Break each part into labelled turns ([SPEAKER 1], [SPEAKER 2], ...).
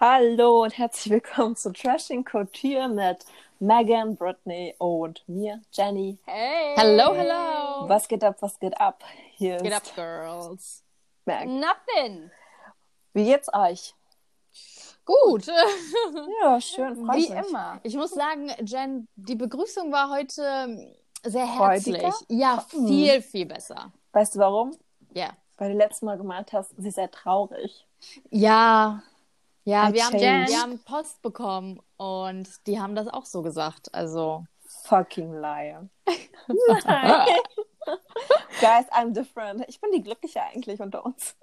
[SPEAKER 1] Hallo und herzlich willkommen zu Trashing Couture mit Megan, Brittany und mir, Jenny.
[SPEAKER 2] Hey!
[SPEAKER 3] Hello, hello!
[SPEAKER 1] Was geht ab, was geht ab? Hier
[SPEAKER 3] Get
[SPEAKER 1] ist
[SPEAKER 3] up, girls.
[SPEAKER 1] Meg.
[SPEAKER 2] Nothing!
[SPEAKER 1] Wie geht's euch?
[SPEAKER 3] Gut.
[SPEAKER 1] Ja, schön, freut
[SPEAKER 3] Wie
[SPEAKER 1] mich.
[SPEAKER 3] immer. Ich muss sagen, Jen, die Begrüßung war heute ähm, sehr herzlich.
[SPEAKER 1] Freudiger?
[SPEAKER 3] Ja, viel, viel besser.
[SPEAKER 1] Weißt du warum?
[SPEAKER 3] Ja.
[SPEAKER 1] Weil du letztes Mal gemeint hast, sie sei traurig.
[SPEAKER 3] Ja.
[SPEAKER 1] I
[SPEAKER 3] Ja, wir haben,
[SPEAKER 1] changed.
[SPEAKER 3] wir haben Post bekommen und die haben das auch so gesagt. Also,
[SPEAKER 1] Fucking liar.
[SPEAKER 2] Ah,
[SPEAKER 1] Nein. Guys, I'm different. Ich bin die Glückliche eigentlich unter uns.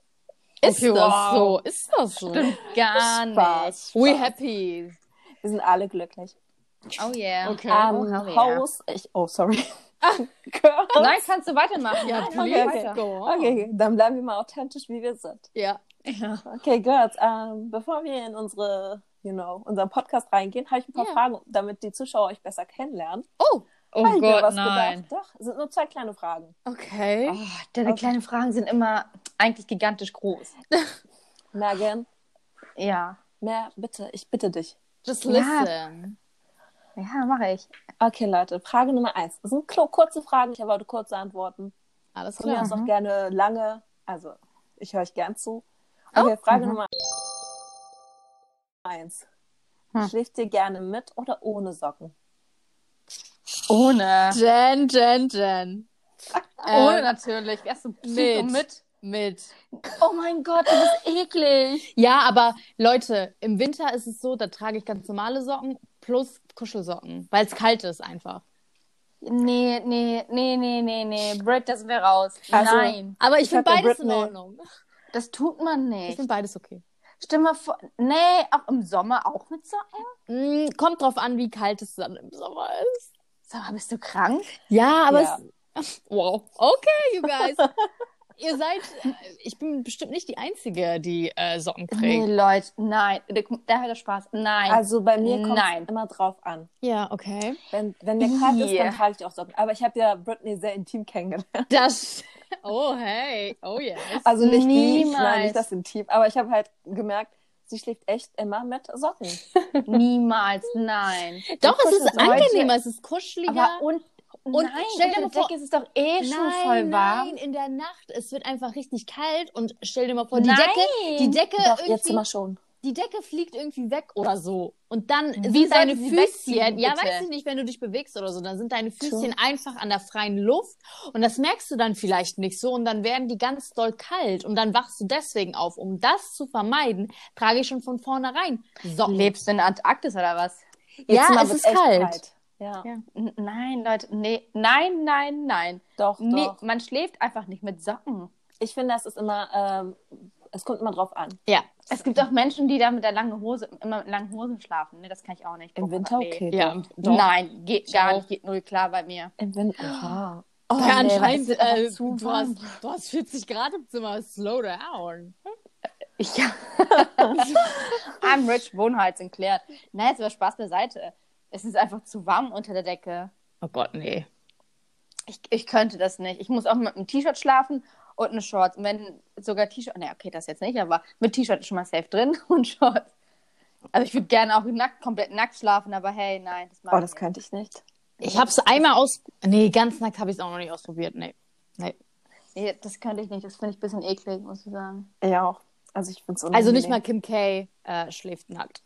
[SPEAKER 3] ist
[SPEAKER 2] Okay,
[SPEAKER 3] das
[SPEAKER 2] wow.
[SPEAKER 3] so? Ist das so?
[SPEAKER 2] Gar
[SPEAKER 1] Spaß.
[SPEAKER 3] We
[SPEAKER 1] Spaß.
[SPEAKER 3] happy.
[SPEAKER 1] Wir sind alle glücklich.
[SPEAKER 2] nicht. Oh yeah.
[SPEAKER 3] Okay.
[SPEAKER 1] Am
[SPEAKER 2] Oh, hell yeah.
[SPEAKER 1] Haus, ich, oh, sorry. Girl.
[SPEAKER 2] Nein, kannst du weitermachen.
[SPEAKER 3] Ja,
[SPEAKER 2] Nein,
[SPEAKER 3] please
[SPEAKER 2] mach weiter.
[SPEAKER 3] go on.
[SPEAKER 1] Okay, dann bleiben wir mal authentisch, wie wir sind.
[SPEAKER 3] Ja.
[SPEAKER 1] Okay, Girls, ähm, bevor wir in unsere, you know, unseren Podcast reingehen, habe ich ein paar
[SPEAKER 3] Ja.
[SPEAKER 1] Fragen, damit die Zuschauer euch besser kennenlernen.
[SPEAKER 3] Oh,
[SPEAKER 1] Hab
[SPEAKER 2] Oh
[SPEAKER 1] ich mir
[SPEAKER 2] Gott,
[SPEAKER 1] was
[SPEAKER 2] nein.
[SPEAKER 1] Gedacht. Doch, es sind nur zwei kleine Fragen.
[SPEAKER 3] okay.
[SPEAKER 2] Oh, deine kleinen Fragen sind immer eigentlich gigantisch groß.
[SPEAKER 1] Megan,
[SPEAKER 2] Ja.
[SPEAKER 1] mehr bitte, ich bitte dich.
[SPEAKER 3] Just
[SPEAKER 2] Ja.
[SPEAKER 3] listen.
[SPEAKER 2] Ja, mache ich.
[SPEAKER 1] Okay, Leute, Frage Nummer eins. Es sind klo- kurze Fragen, ich erwarte kurze Antworten.
[SPEAKER 3] Alles
[SPEAKER 1] Von mir
[SPEAKER 3] klar.
[SPEAKER 1] aus
[SPEAKER 2] Mhm.
[SPEAKER 1] auch gerne lange, also ich höre euch gern zu.
[SPEAKER 2] Oh,
[SPEAKER 1] Okay, Frage
[SPEAKER 2] mhm.
[SPEAKER 1] Nummer eins.
[SPEAKER 2] Hm.
[SPEAKER 1] Schläft ihr gerne mit oder ohne Socken?
[SPEAKER 2] Ohne.
[SPEAKER 3] Jen, Jen, Jen.
[SPEAKER 2] Ohne
[SPEAKER 3] Ähm,
[SPEAKER 2] natürlich. Erst so
[SPEAKER 3] mit.
[SPEAKER 2] Äh, mit. mit.
[SPEAKER 3] Mit.
[SPEAKER 2] Oh mein Gott, du bist eklig.
[SPEAKER 3] Ja, aber Leute, im Winter ist es so, da trage ich ganz normale Socken plus Kuschelsocken, weil es kalt ist einfach.
[SPEAKER 2] Nee, nee, nee, nee, nee, nee. Britt, das wäre raus.
[SPEAKER 1] Also-
[SPEAKER 2] Nein,
[SPEAKER 3] Aber ich
[SPEAKER 1] Ich hab
[SPEAKER 3] finde
[SPEAKER 1] ja
[SPEAKER 3] beides in
[SPEAKER 1] Britney.
[SPEAKER 3] Ordnung.
[SPEAKER 2] das tut man
[SPEAKER 3] Ich
[SPEAKER 2] nicht.
[SPEAKER 3] finde beides okay.
[SPEAKER 2] Stell mal vor, nee, auch im Sommer auch mit Socken?
[SPEAKER 3] Mm, kommt drauf an, wie kalt es dann im Sommer ist.
[SPEAKER 2] Sag mal, bist du krank?
[SPEAKER 3] Ja, aber
[SPEAKER 1] Ja.
[SPEAKER 3] es. Wow. Okay, you guys. Ihr seid. äh, Ich bin bestimmt nicht die Einzige, die äh, Socken
[SPEAKER 2] Nee,
[SPEAKER 3] trägt.
[SPEAKER 2] Leute, nein. Da hört der Spaß. Nein.
[SPEAKER 1] Also bei mir kommt
[SPEAKER 2] Nein.
[SPEAKER 1] es immer drauf an.
[SPEAKER 3] Ja, okay.
[SPEAKER 1] Wenn, wenn mir kalt ist,
[SPEAKER 2] Yeah.
[SPEAKER 1] dann trage ich auch Socken. Aber ich habe ja Britney sehr intim kennengelernt.
[SPEAKER 3] Das. Oh, hey. Oh, yes.
[SPEAKER 1] Also nicht die,
[SPEAKER 2] Niemals.
[SPEAKER 1] nein, nicht das intim. Aber ich habe halt gemerkt, sie schläft echt immer mit Socken.
[SPEAKER 2] Niemals, nein.
[SPEAKER 3] Doch, es ist
[SPEAKER 1] Kuschelsocken.
[SPEAKER 3] angenehmer, es ist kuscheliger.
[SPEAKER 2] Aber und,
[SPEAKER 3] Und
[SPEAKER 2] nein,
[SPEAKER 3] stell dir
[SPEAKER 2] unter
[SPEAKER 3] mal
[SPEAKER 2] der
[SPEAKER 3] vor-
[SPEAKER 2] Decke ist es doch eh schon voll warm.
[SPEAKER 3] Nein, in der Nacht. Es wird einfach richtig kalt und stell dir mal vor, die
[SPEAKER 2] Nein.
[SPEAKER 3] Decke, die Decke,
[SPEAKER 1] Doch, ihr
[SPEAKER 3] irgendwie,
[SPEAKER 1] Zimmer schon.
[SPEAKER 3] die Decke fliegt irgendwie weg oder so. Und dann
[SPEAKER 2] Wie
[SPEAKER 3] sind deine
[SPEAKER 2] sollte sie
[SPEAKER 3] Füßchen,
[SPEAKER 2] wegfliegen,
[SPEAKER 3] ja,
[SPEAKER 2] bitte?
[SPEAKER 3] weiß ich nicht, wenn du dich bewegst oder so, dann sind deine Füßchen einfach an der freien Luft und das merkst du dann vielleicht nicht so und dann werden die ganz doll kalt und dann wachst du deswegen auf. Um das zu vermeiden, trage ich schon von vornherein Socken.
[SPEAKER 2] Lebst du in der Antarktis oder was?
[SPEAKER 1] Ihr
[SPEAKER 3] Ja,
[SPEAKER 1] Zimmer
[SPEAKER 3] es
[SPEAKER 1] wird
[SPEAKER 3] ist
[SPEAKER 1] echt
[SPEAKER 3] kalt.
[SPEAKER 1] Ja,
[SPEAKER 3] Ja.
[SPEAKER 2] N- Nein, Leute, nee, nein, nein, nein.
[SPEAKER 1] doch, doch.
[SPEAKER 2] Nee, man schläft einfach nicht mit Socken.
[SPEAKER 1] Ich finde, das ist immer, ähm, es kommt immer drauf an.
[SPEAKER 3] Ja,
[SPEAKER 2] Es gibt auch Menschen, die da mit der langen Hose, immer mit langen Hosen schlafen. Nee, das kann ich auch nicht.
[SPEAKER 1] Im
[SPEAKER 2] Boah,
[SPEAKER 1] Winter
[SPEAKER 2] nee.
[SPEAKER 1] okay.
[SPEAKER 3] ja,
[SPEAKER 1] Doch.
[SPEAKER 3] doch.
[SPEAKER 2] Nein, geht gar
[SPEAKER 3] Ciao.
[SPEAKER 2] nicht, geht null klar bei mir.
[SPEAKER 1] Im Winter. Aha.
[SPEAKER 2] Oh,
[SPEAKER 3] ja,
[SPEAKER 2] nee,
[SPEAKER 3] anscheinend,
[SPEAKER 2] das ist
[SPEAKER 3] äh,
[SPEAKER 2] einfach zu
[SPEAKER 3] du,
[SPEAKER 2] warm.
[SPEAKER 3] hast, du hast 40 Grad im Zimmer, slow down.
[SPEAKER 2] Ja. I'm rich, wohne halt in Claire. Nein, jetzt aber Spaß beiseite. Es ist einfach zu warm unter der Decke.
[SPEAKER 3] Oh Gott, nee.
[SPEAKER 2] Ich, ich könnte das nicht. Ich muss auch mit einem T-Shirt schlafen und eine Shorts. Und wenn sogar T-Shirt, ne, okay, das jetzt nicht, aber mit T-Shirt ist schon mal safe drin und Shorts. Also ich würde gerne auch nackt, komplett nackt schlafen, aber hey, nein, das mag
[SPEAKER 1] Oh, das
[SPEAKER 2] ich
[SPEAKER 1] könnte ich nicht.
[SPEAKER 3] Ich habe es einmal aus. Nee, ganz nackt habe ich es auch noch nicht ausprobiert. Nee. nee.
[SPEAKER 2] nicht. Nee, das könnte ich nicht. Das finde ich ein bisschen eklig, muss ich sagen.
[SPEAKER 1] Ja, auch. Also ich finde es
[SPEAKER 3] Also nicht mal Kim K. Äh, schläft nackt.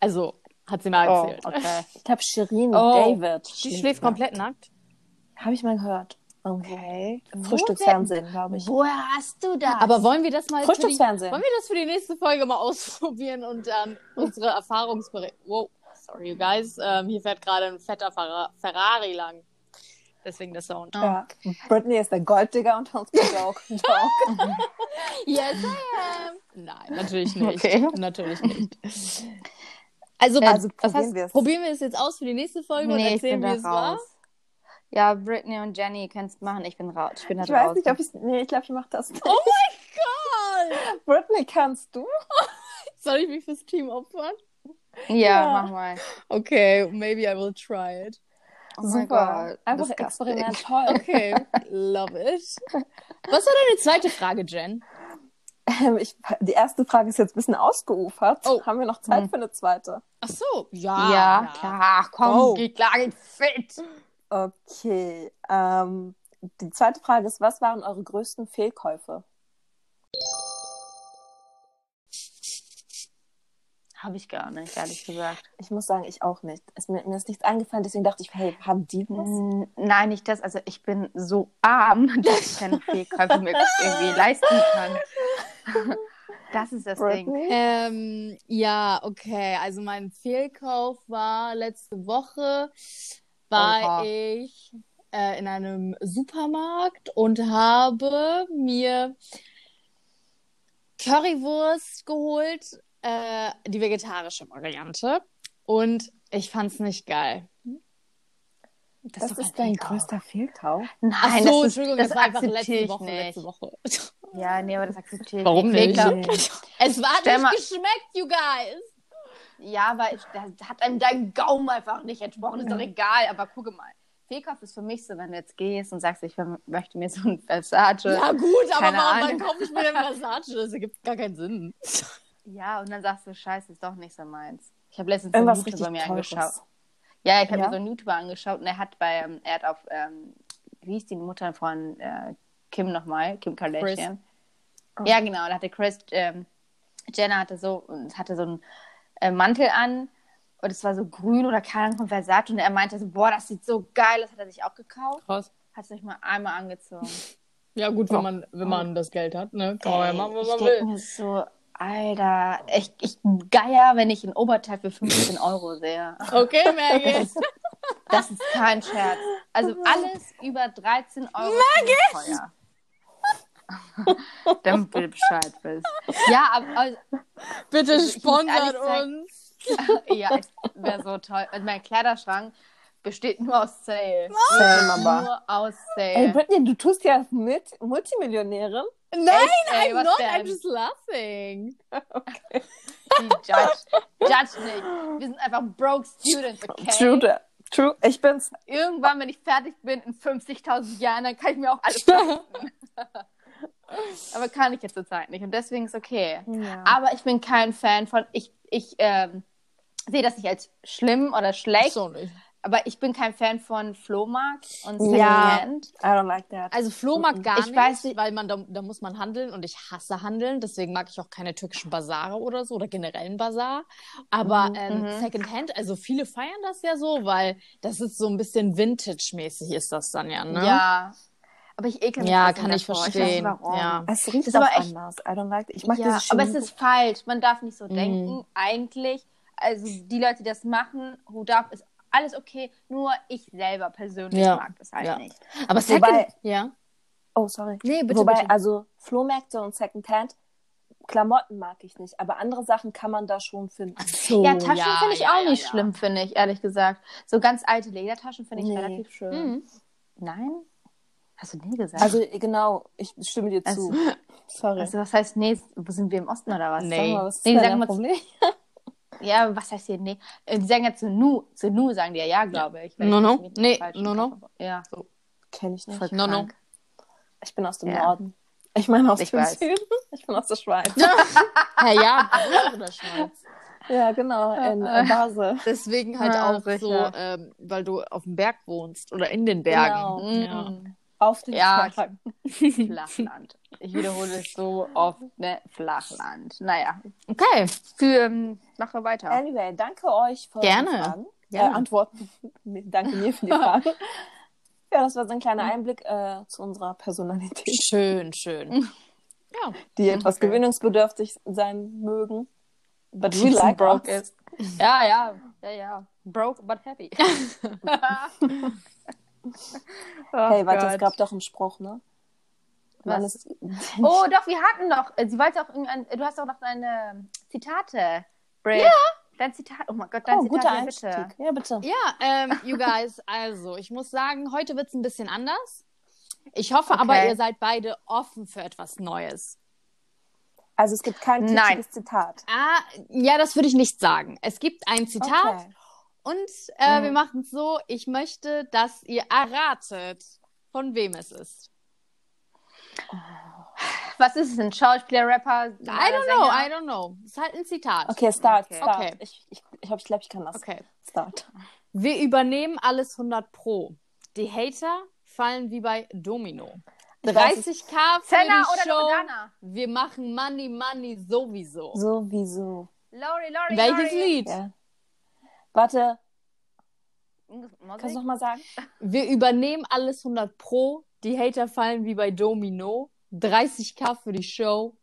[SPEAKER 3] Also hat sie mal
[SPEAKER 2] Oh,
[SPEAKER 3] erzählt.
[SPEAKER 2] okay.
[SPEAKER 1] Ich habe Shirin
[SPEAKER 2] Oh,
[SPEAKER 1] David.
[SPEAKER 3] Sie schläft komplett nackt.
[SPEAKER 1] Habe ich mal gehört. Okay.
[SPEAKER 2] Okay.
[SPEAKER 1] Frühstücksfernsehen, glaube ich.
[SPEAKER 2] Woher hast du das?
[SPEAKER 3] Aber wollen wir das mal für die, wollen
[SPEAKER 1] Frühstücksfernsehen.
[SPEAKER 3] wir das für die nächste Folge mal ausprobieren und dann unsere Erfahrungsberichte. Wow, sorry you guys, ähm, hier fährt gerade ein fetter Ferra- Ferrari lang. Deswegen der Sound.
[SPEAKER 1] Ja. Britney ist der Golddigger unter uns. Joke. Joke.
[SPEAKER 3] Yes, I am. Ähm, Nein, natürlich nicht.
[SPEAKER 2] Okay. Äh,
[SPEAKER 3] Natürlich nicht. Also,
[SPEAKER 1] Also
[SPEAKER 3] was
[SPEAKER 1] probieren
[SPEAKER 3] heißt,
[SPEAKER 1] wir's.
[SPEAKER 3] probieren wir es jetzt aus für die nächste Folge und
[SPEAKER 2] Nee, ich
[SPEAKER 3] erzählen,
[SPEAKER 2] bin
[SPEAKER 3] wie
[SPEAKER 2] da
[SPEAKER 3] es war.
[SPEAKER 2] raus. Ja, Britney und Jenny, ihr könnt es machen. Ich bin raus. Ich bin da
[SPEAKER 1] Ich weiß
[SPEAKER 2] draußen.
[SPEAKER 1] nicht, ob ich. Nee, ich glaube, ich mache das nicht.
[SPEAKER 3] Oh mein Gott!
[SPEAKER 1] Britney, kannst du?
[SPEAKER 3] Soll ich mich fürs Team opfern?
[SPEAKER 2] ja,
[SPEAKER 1] Ja.
[SPEAKER 2] mach mal.
[SPEAKER 3] Okay, maybe I will try it.
[SPEAKER 2] Oh
[SPEAKER 1] Super.
[SPEAKER 2] mein Gott.
[SPEAKER 1] Einfach Experiment. Toll.
[SPEAKER 3] Okay, love it. Was war deine zweite Frage, Jen?
[SPEAKER 1] Ähm, ich, die erste Frage ist jetzt ein bisschen ausgeufert.
[SPEAKER 3] Oh.
[SPEAKER 1] Haben wir noch Zeit für eine zweite?
[SPEAKER 3] Ach so, ja.
[SPEAKER 2] ja, klar, komm,
[SPEAKER 1] Oh.
[SPEAKER 2] geht klar, geht fit.
[SPEAKER 1] Okay. Ähm, die zweite Frage ist, was waren eure größten Fehlkäufe?
[SPEAKER 2] Habe ich gar nicht, ehrlich gesagt.
[SPEAKER 1] Ich muss sagen, ich auch nicht. Es, mir, mir ist nichts eingefallen, deswegen dachte ich, hey, haben die das?
[SPEAKER 2] Mm, Nein, nicht das. Also ich bin so arm, dass ich keine Fehlkäufe mir irgendwie leisten kann. Das ist das Ding.
[SPEAKER 1] Britney?
[SPEAKER 3] Ähm, ja, okay. Also mein Fehlkauf war letzte Woche, war
[SPEAKER 2] Oha.
[SPEAKER 3] ich äh, in einem Supermarkt und habe mir Currywurst geholt, äh, die vegetarische Variante. Und ich fand's nicht geil.
[SPEAKER 1] Das,
[SPEAKER 3] doch
[SPEAKER 1] ist dein
[SPEAKER 3] kein Fehlkauf.
[SPEAKER 1] größter Fehlkauf.
[SPEAKER 3] Ach
[SPEAKER 2] Nein,
[SPEAKER 3] so,
[SPEAKER 2] das, ist,
[SPEAKER 3] Entschuldigung,
[SPEAKER 2] das,
[SPEAKER 3] das, war einfach
[SPEAKER 2] akzeptiere
[SPEAKER 3] letzte
[SPEAKER 2] ich
[SPEAKER 3] Woche,
[SPEAKER 2] nicht.
[SPEAKER 3] letzte Woche.
[SPEAKER 2] Ja, nee, aber das akzeptiere ich
[SPEAKER 3] Warum
[SPEAKER 2] nicht.
[SPEAKER 3] nicht?
[SPEAKER 2] Klar,
[SPEAKER 3] Es war
[SPEAKER 2] Stell
[SPEAKER 3] nicht
[SPEAKER 2] mal-
[SPEAKER 3] geschmeckt, you guys.
[SPEAKER 2] Ja, aber ich, das hat einem dein Gaumen einfach nicht entsprochen.
[SPEAKER 1] Mhm.
[SPEAKER 2] Ist doch egal, aber gucke mal. Fehlkauf ist für mich so, wenn du jetzt gehst und sagst, ich will- möchte mir so ein Versace.
[SPEAKER 3] Ja gut, aber
[SPEAKER 2] Keine
[SPEAKER 3] warum
[SPEAKER 2] Ahnung.
[SPEAKER 3] dann kaufe ich mir den Versace? Das ergibt gar keinen Sinn.
[SPEAKER 2] Ja, und dann sagst du, scheiße, ist doch nicht so meins. Ich habe letztens einen
[SPEAKER 1] Irgendwas
[SPEAKER 2] YouTuber
[SPEAKER 1] richtig
[SPEAKER 2] mir angeschaut.
[SPEAKER 1] Teures.
[SPEAKER 2] Ja, ich habe
[SPEAKER 1] Ja?
[SPEAKER 2] mir so einen YouTuber angeschaut und er hat bei, ähm, er hat auf, ähm, wie hieß die Mutter von äh, Kim nochmal, Kim Kardashian.
[SPEAKER 3] Oh.
[SPEAKER 2] Ja, genau, da hatte Chris, ähm, Jenner hatte so, hatte so einen äh, Mantel an und es war so grün oder keine Ahnung von Versace und er meinte so, boah, das sieht so geil, das hat er sich auch gekauft.
[SPEAKER 3] Krass.
[SPEAKER 2] Hat es nicht mal einmal angezogen.
[SPEAKER 3] Ja gut, wenn man, wenn man das Geld hat, ne? Kann man ja
[SPEAKER 2] Ey,
[SPEAKER 3] machen, was
[SPEAKER 2] ich
[SPEAKER 3] man
[SPEAKER 2] denk
[SPEAKER 3] will.
[SPEAKER 2] mir so, Alter, ich, ich geier, wenn ich ein Oberteil für 15 Euro sehe.
[SPEAKER 3] Okay, Maggie.
[SPEAKER 2] Das ist kein Scherz. Also alles über 13 Euro ist teuer. Damit du Bescheid bist. Ja, aber also,
[SPEAKER 3] Bitte
[SPEAKER 2] Also, ich muss
[SPEAKER 3] sponsert
[SPEAKER 2] ehrlich sagen-
[SPEAKER 3] uns.
[SPEAKER 2] also, ja, es wäre so toll. Und mein Kleiderschrank besteht nur aus Sale.
[SPEAKER 1] Same aber.
[SPEAKER 2] Nur aus
[SPEAKER 1] Ey,
[SPEAKER 2] Sale.
[SPEAKER 1] Britney, du tust ja mit Multimillionärin.
[SPEAKER 3] Nein,
[SPEAKER 2] ey,
[SPEAKER 3] I'm
[SPEAKER 2] was
[SPEAKER 3] not,
[SPEAKER 2] denn?
[SPEAKER 3] I'm just laughing.
[SPEAKER 2] Die judge, judge nicht. Wir sind einfach broke students, okay?
[SPEAKER 1] True, that. true. Ich bin's.
[SPEAKER 2] Irgendwann, wenn ich fertig bin, in 50.000 Jahren, dann kann ich mir auch alles leisten. Aber kann ich jetzt zurzeit nicht. Und deswegen ist okay. Aber ich bin kein Fan von, ich, ich ähm, sehe das nicht als schlimm oder schlecht,
[SPEAKER 3] So nicht.
[SPEAKER 2] aber ich bin kein Fan von Flohmarkt und
[SPEAKER 1] Ja.
[SPEAKER 2] Secondhand.
[SPEAKER 1] I don't like that.
[SPEAKER 3] Also Flohmarkt gar
[SPEAKER 2] Ich
[SPEAKER 3] nicht,
[SPEAKER 2] weiß nicht-
[SPEAKER 3] weil man da, da muss man handeln und ich hasse handeln, deswegen mag ich auch keine türkischen Basare oder so oder generellen Basar. Aber ähm, Secondhand, also viele feiern das ja so, weil das ist so ein bisschen Vintage-mäßig ist das dann
[SPEAKER 2] Ja.
[SPEAKER 3] ja, ne?
[SPEAKER 2] Aber ich ekel mich
[SPEAKER 3] Ja,
[SPEAKER 2] ein bisschen
[SPEAKER 3] kann ich
[SPEAKER 2] davor. Ich weiß
[SPEAKER 3] verstehen.
[SPEAKER 2] nicht, warum.
[SPEAKER 3] Ja.
[SPEAKER 1] Es riecht
[SPEAKER 2] Also, ist aber
[SPEAKER 1] auch
[SPEAKER 2] echt-
[SPEAKER 1] anders. I don't like that. Ich mag
[SPEAKER 2] ja,
[SPEAKER 1] dieses
[SPEAKER 2] aber es
[SPEAKER 1] Chemie-
[SPEAKER 2] ist falsch. Man darf nicht so
[SPEAKER 3] Mhm.
[SPEAKER 2] denken. Eigentlich, also die Leute, die das machen, who darf, ist alles okay. Nur ich selber persönlich
[SPEAKER 3] Ja.
[SPEAKER 2] mag das halt
[SPEAKER 3] Ja.
[SPEAKER 2] nicht.
[SPEAKER 3] Aber Second,
[SPEAKER 1] Wobei-
[SPEAKER 3] ja.
[SPEAKER 1] Oh, sorry.
[SPEAKER 3] Nee, bitte,
[SPEAKER 1] Wobei,
[SPEAKER 3] bitte.
[SPEAKER 1] also Flohmärkte und Secondhand, Klamotten mag ich nicht, aber andere Sachen kann man da schon finden.
[SPEAKER 3] So,
[SPEAKER 2] ja, Taschen
[SPEAKER 3] Oh, ja,
[SPEAKER 2] finde ich
[SPEAKER 3] ja,
[SPEAKER 2] auch
[SPEAKER 3] ja,
[SPEAKER 2] nicht
[SPEAKER 3] ja.
[SPEAKER 2] schlimm, finde ich, ehrlich gesagt. So ganz alte Ledertaschen finde ich
[SPEAKER 1] Nee.
[SPEAKER 2] relativ schön.
[SPEAKER 3] Mhm.
[SPEAKER 2] Nein? Hast du nie gesagt?
[SPEAKER 1] Also genau, ich stimme dir
[SPEAKER 2] Also-
[SPEAKER 1] zu. Sorry.
[SPEAKER 2] also was heißt, nee, sind wir im Osten oder was?
[SPEAKER 3] Nee.
[SPEAKER 1] Sag mal, was ist
[SPEAKER 2] Nee,
[SPEAKER 1] denn
[SPEAKER 2] sag
[SPEAKER 1] dein
[SPEAKER 2] mal-
[SPEAKER 1] Problem?
[SPEAKER 2] Ja, was heißt hier, nee? Äh, Die sagen ja zu Nu, zu Nu sagen die ja, ja, glaube ich. wenn
[SPEAKER 3] No,
[SPEAKER 2] ich
[SPEAKER 3] no.
[SPEAKER 2] mich nicht
[SPEAKER 3] Nee,
[SPEAKER 2] falsch
[SPEAKER 3] no,
[SPEAKER 2] im
[SPEAKER 3] no.
[SPEAKER 2] Kopf habe. Ja,
[SPEAKER 1] Kenn ich nicht.
[SPEAKER 2] voll
[SPEAKER 3] No, no.
[SPEAKER 2] krank.
[SPEAKER 1] Ich bin aus dem
[SPEAKER 2] Ja.
[SPEAKER 1] Norden. Ich meine aus
[SPEAKER 2] Ich
[SPEAKER 1] dem
[SPEAKER 2] weiß.
[SPEAKER 1] Süden. Ich bin aus der Schweiz.
[SPEAKER 3] Ja, ja, oder Schweiz.
[SPEAKER 1] Ja, genau, in äh, Basel.
[SPEAKER 3] Deswegen halt
[SPEAKER 2] Ja,
[SPEAKER 3] auch so,
[SPEAKER 2] sicher.
[SPEAKER 3] ähm, weil du auf dem Berg wohnst oder in den Bergen.
[SPEAKER 1] Genau.
[SPEAKER 3] Ja.
[SPEAKER 1] Auf den
[SPEAKER 2] Ja.
[SPEAKER 1] Bergen.
[SPEAKER 2] Mhm. Flachland. Ich wiederhole es so oft, ne? Flachland. Naja,
[SPEAKER 3] Okay.
[SPEAKER 2] für, ähm, mache weiter.
[SPEAKER 1] Anyway, danke euch für
[SPEAKER 3] Gerne.
[SPEAKER 1] die Fragen. Äh,
[SPEAKER 3] Gerne.
[SPEAKER 1] Antworten. Nee, danke mir für die Fragen. Ja, das war so ein kleiner Einblick äh, zu unserer Personalität,
[SPEAKER 3] Schön, schön. Ja.
[SPEAKER 1] die etwas gewöhnungsbedürftig sein mögen. But we
[SPEAKER 2] Bisschen
[SPEAKER 1] like
[SPEAKER 2] broke
[SPEAKER 1] us.
[SPEAKER 2] ist. Ja, ja, ja, ja. Broke but happy.
[SPEAKER 1] Hey, warte, es gab doch einen Spruch, ne? Man
[SPEAKER 2] Oh Was?
[SPEAKER 1] ist-
[SPEAKER 2] Oh, doch, wir hatten noch. äh, Sie wollte auch irgendein. Du hast auch noch deine Zitate. Brit. Ja. Dein Zitat. Oh mein Gott, dein
[SPEAKER 1] oh,
[SPEAKER 2] Zitat
[SPEAKER 1] guter
[SPEAKER 2] ja,
[SPEAKER 1] Einstieg.
[SPEAKER 2] bitte.
[SPEAKER 1] Ja, bitte.
[SPEAKER 3] Ja, ähm, you guys, also ich muss sagen, heute wird es ein bisschen anders. Ich hoffe
[SPEAKER 2] Okay.
[SPEAKER 3] aber, ihr seid beide offen für etwas Neues.
[SPEAKER 1] Also es gibt kein
[SPEAKER 2] Nein.
[SPEAKER 1] kitschiges Zitat.
[SPEAKER 3] Ah, ja, das würde ich nicht sagen. Es gibt ein Zitat
[SPEAKER 1] Okay.
[SPEAKER 3] und äh, wir machen es so, ich möchte, dass ihr erratet, von wem es ist.
[SPEAKER 2] Was ist es denn? Schauspieler, Rapper?
[SPEAKER 3] I don't know, I don't know. Ist halt ein Zitat.
[SPEAKER 1] Okay, start,
[SPEAKER 2] Okay.
[SPEAKER 1] start.
[SPEAKER 3] Okay.
[SPEAKER 1] Ich, ich, ich, glaub, ich glaube, ich kann das.
[SPEAKER 3] Okay.
[SPEAKER 1] Start.
[SPEAKER 3] Wir übernehmen alles 100 Pro. Die Hater fallen wie bei Domino.
[SPEAKER 1] Ich weiß es.
[SPEAKER 3] 30k für
[SPEAKER 2] Senna
[SPEAKER 3] die
[SPEAKER 2] oder
[SPEAKER 3] Show.
[SPEAKER 2] Loredana?
[SPEAKER 3] Wir machen Money, Money sowieso.
[SPEAKER 1] Sowieso.
[SPEAKER 2] Lori, Lori,
[SPEAKER 3] Welches
[SPEAKER 2] Lori.
[SPEAKER 3] Lied?
[SPEAKER 1] Ja. Warte, kannst du
[SPEAKER 2] Lied?
[SPEAKER 1] nochmal sagen?
[SPEAKER 3] Wir übernehmen alles 100 Pro. Die Hater fallen wie bei Domino. 30k für die Show.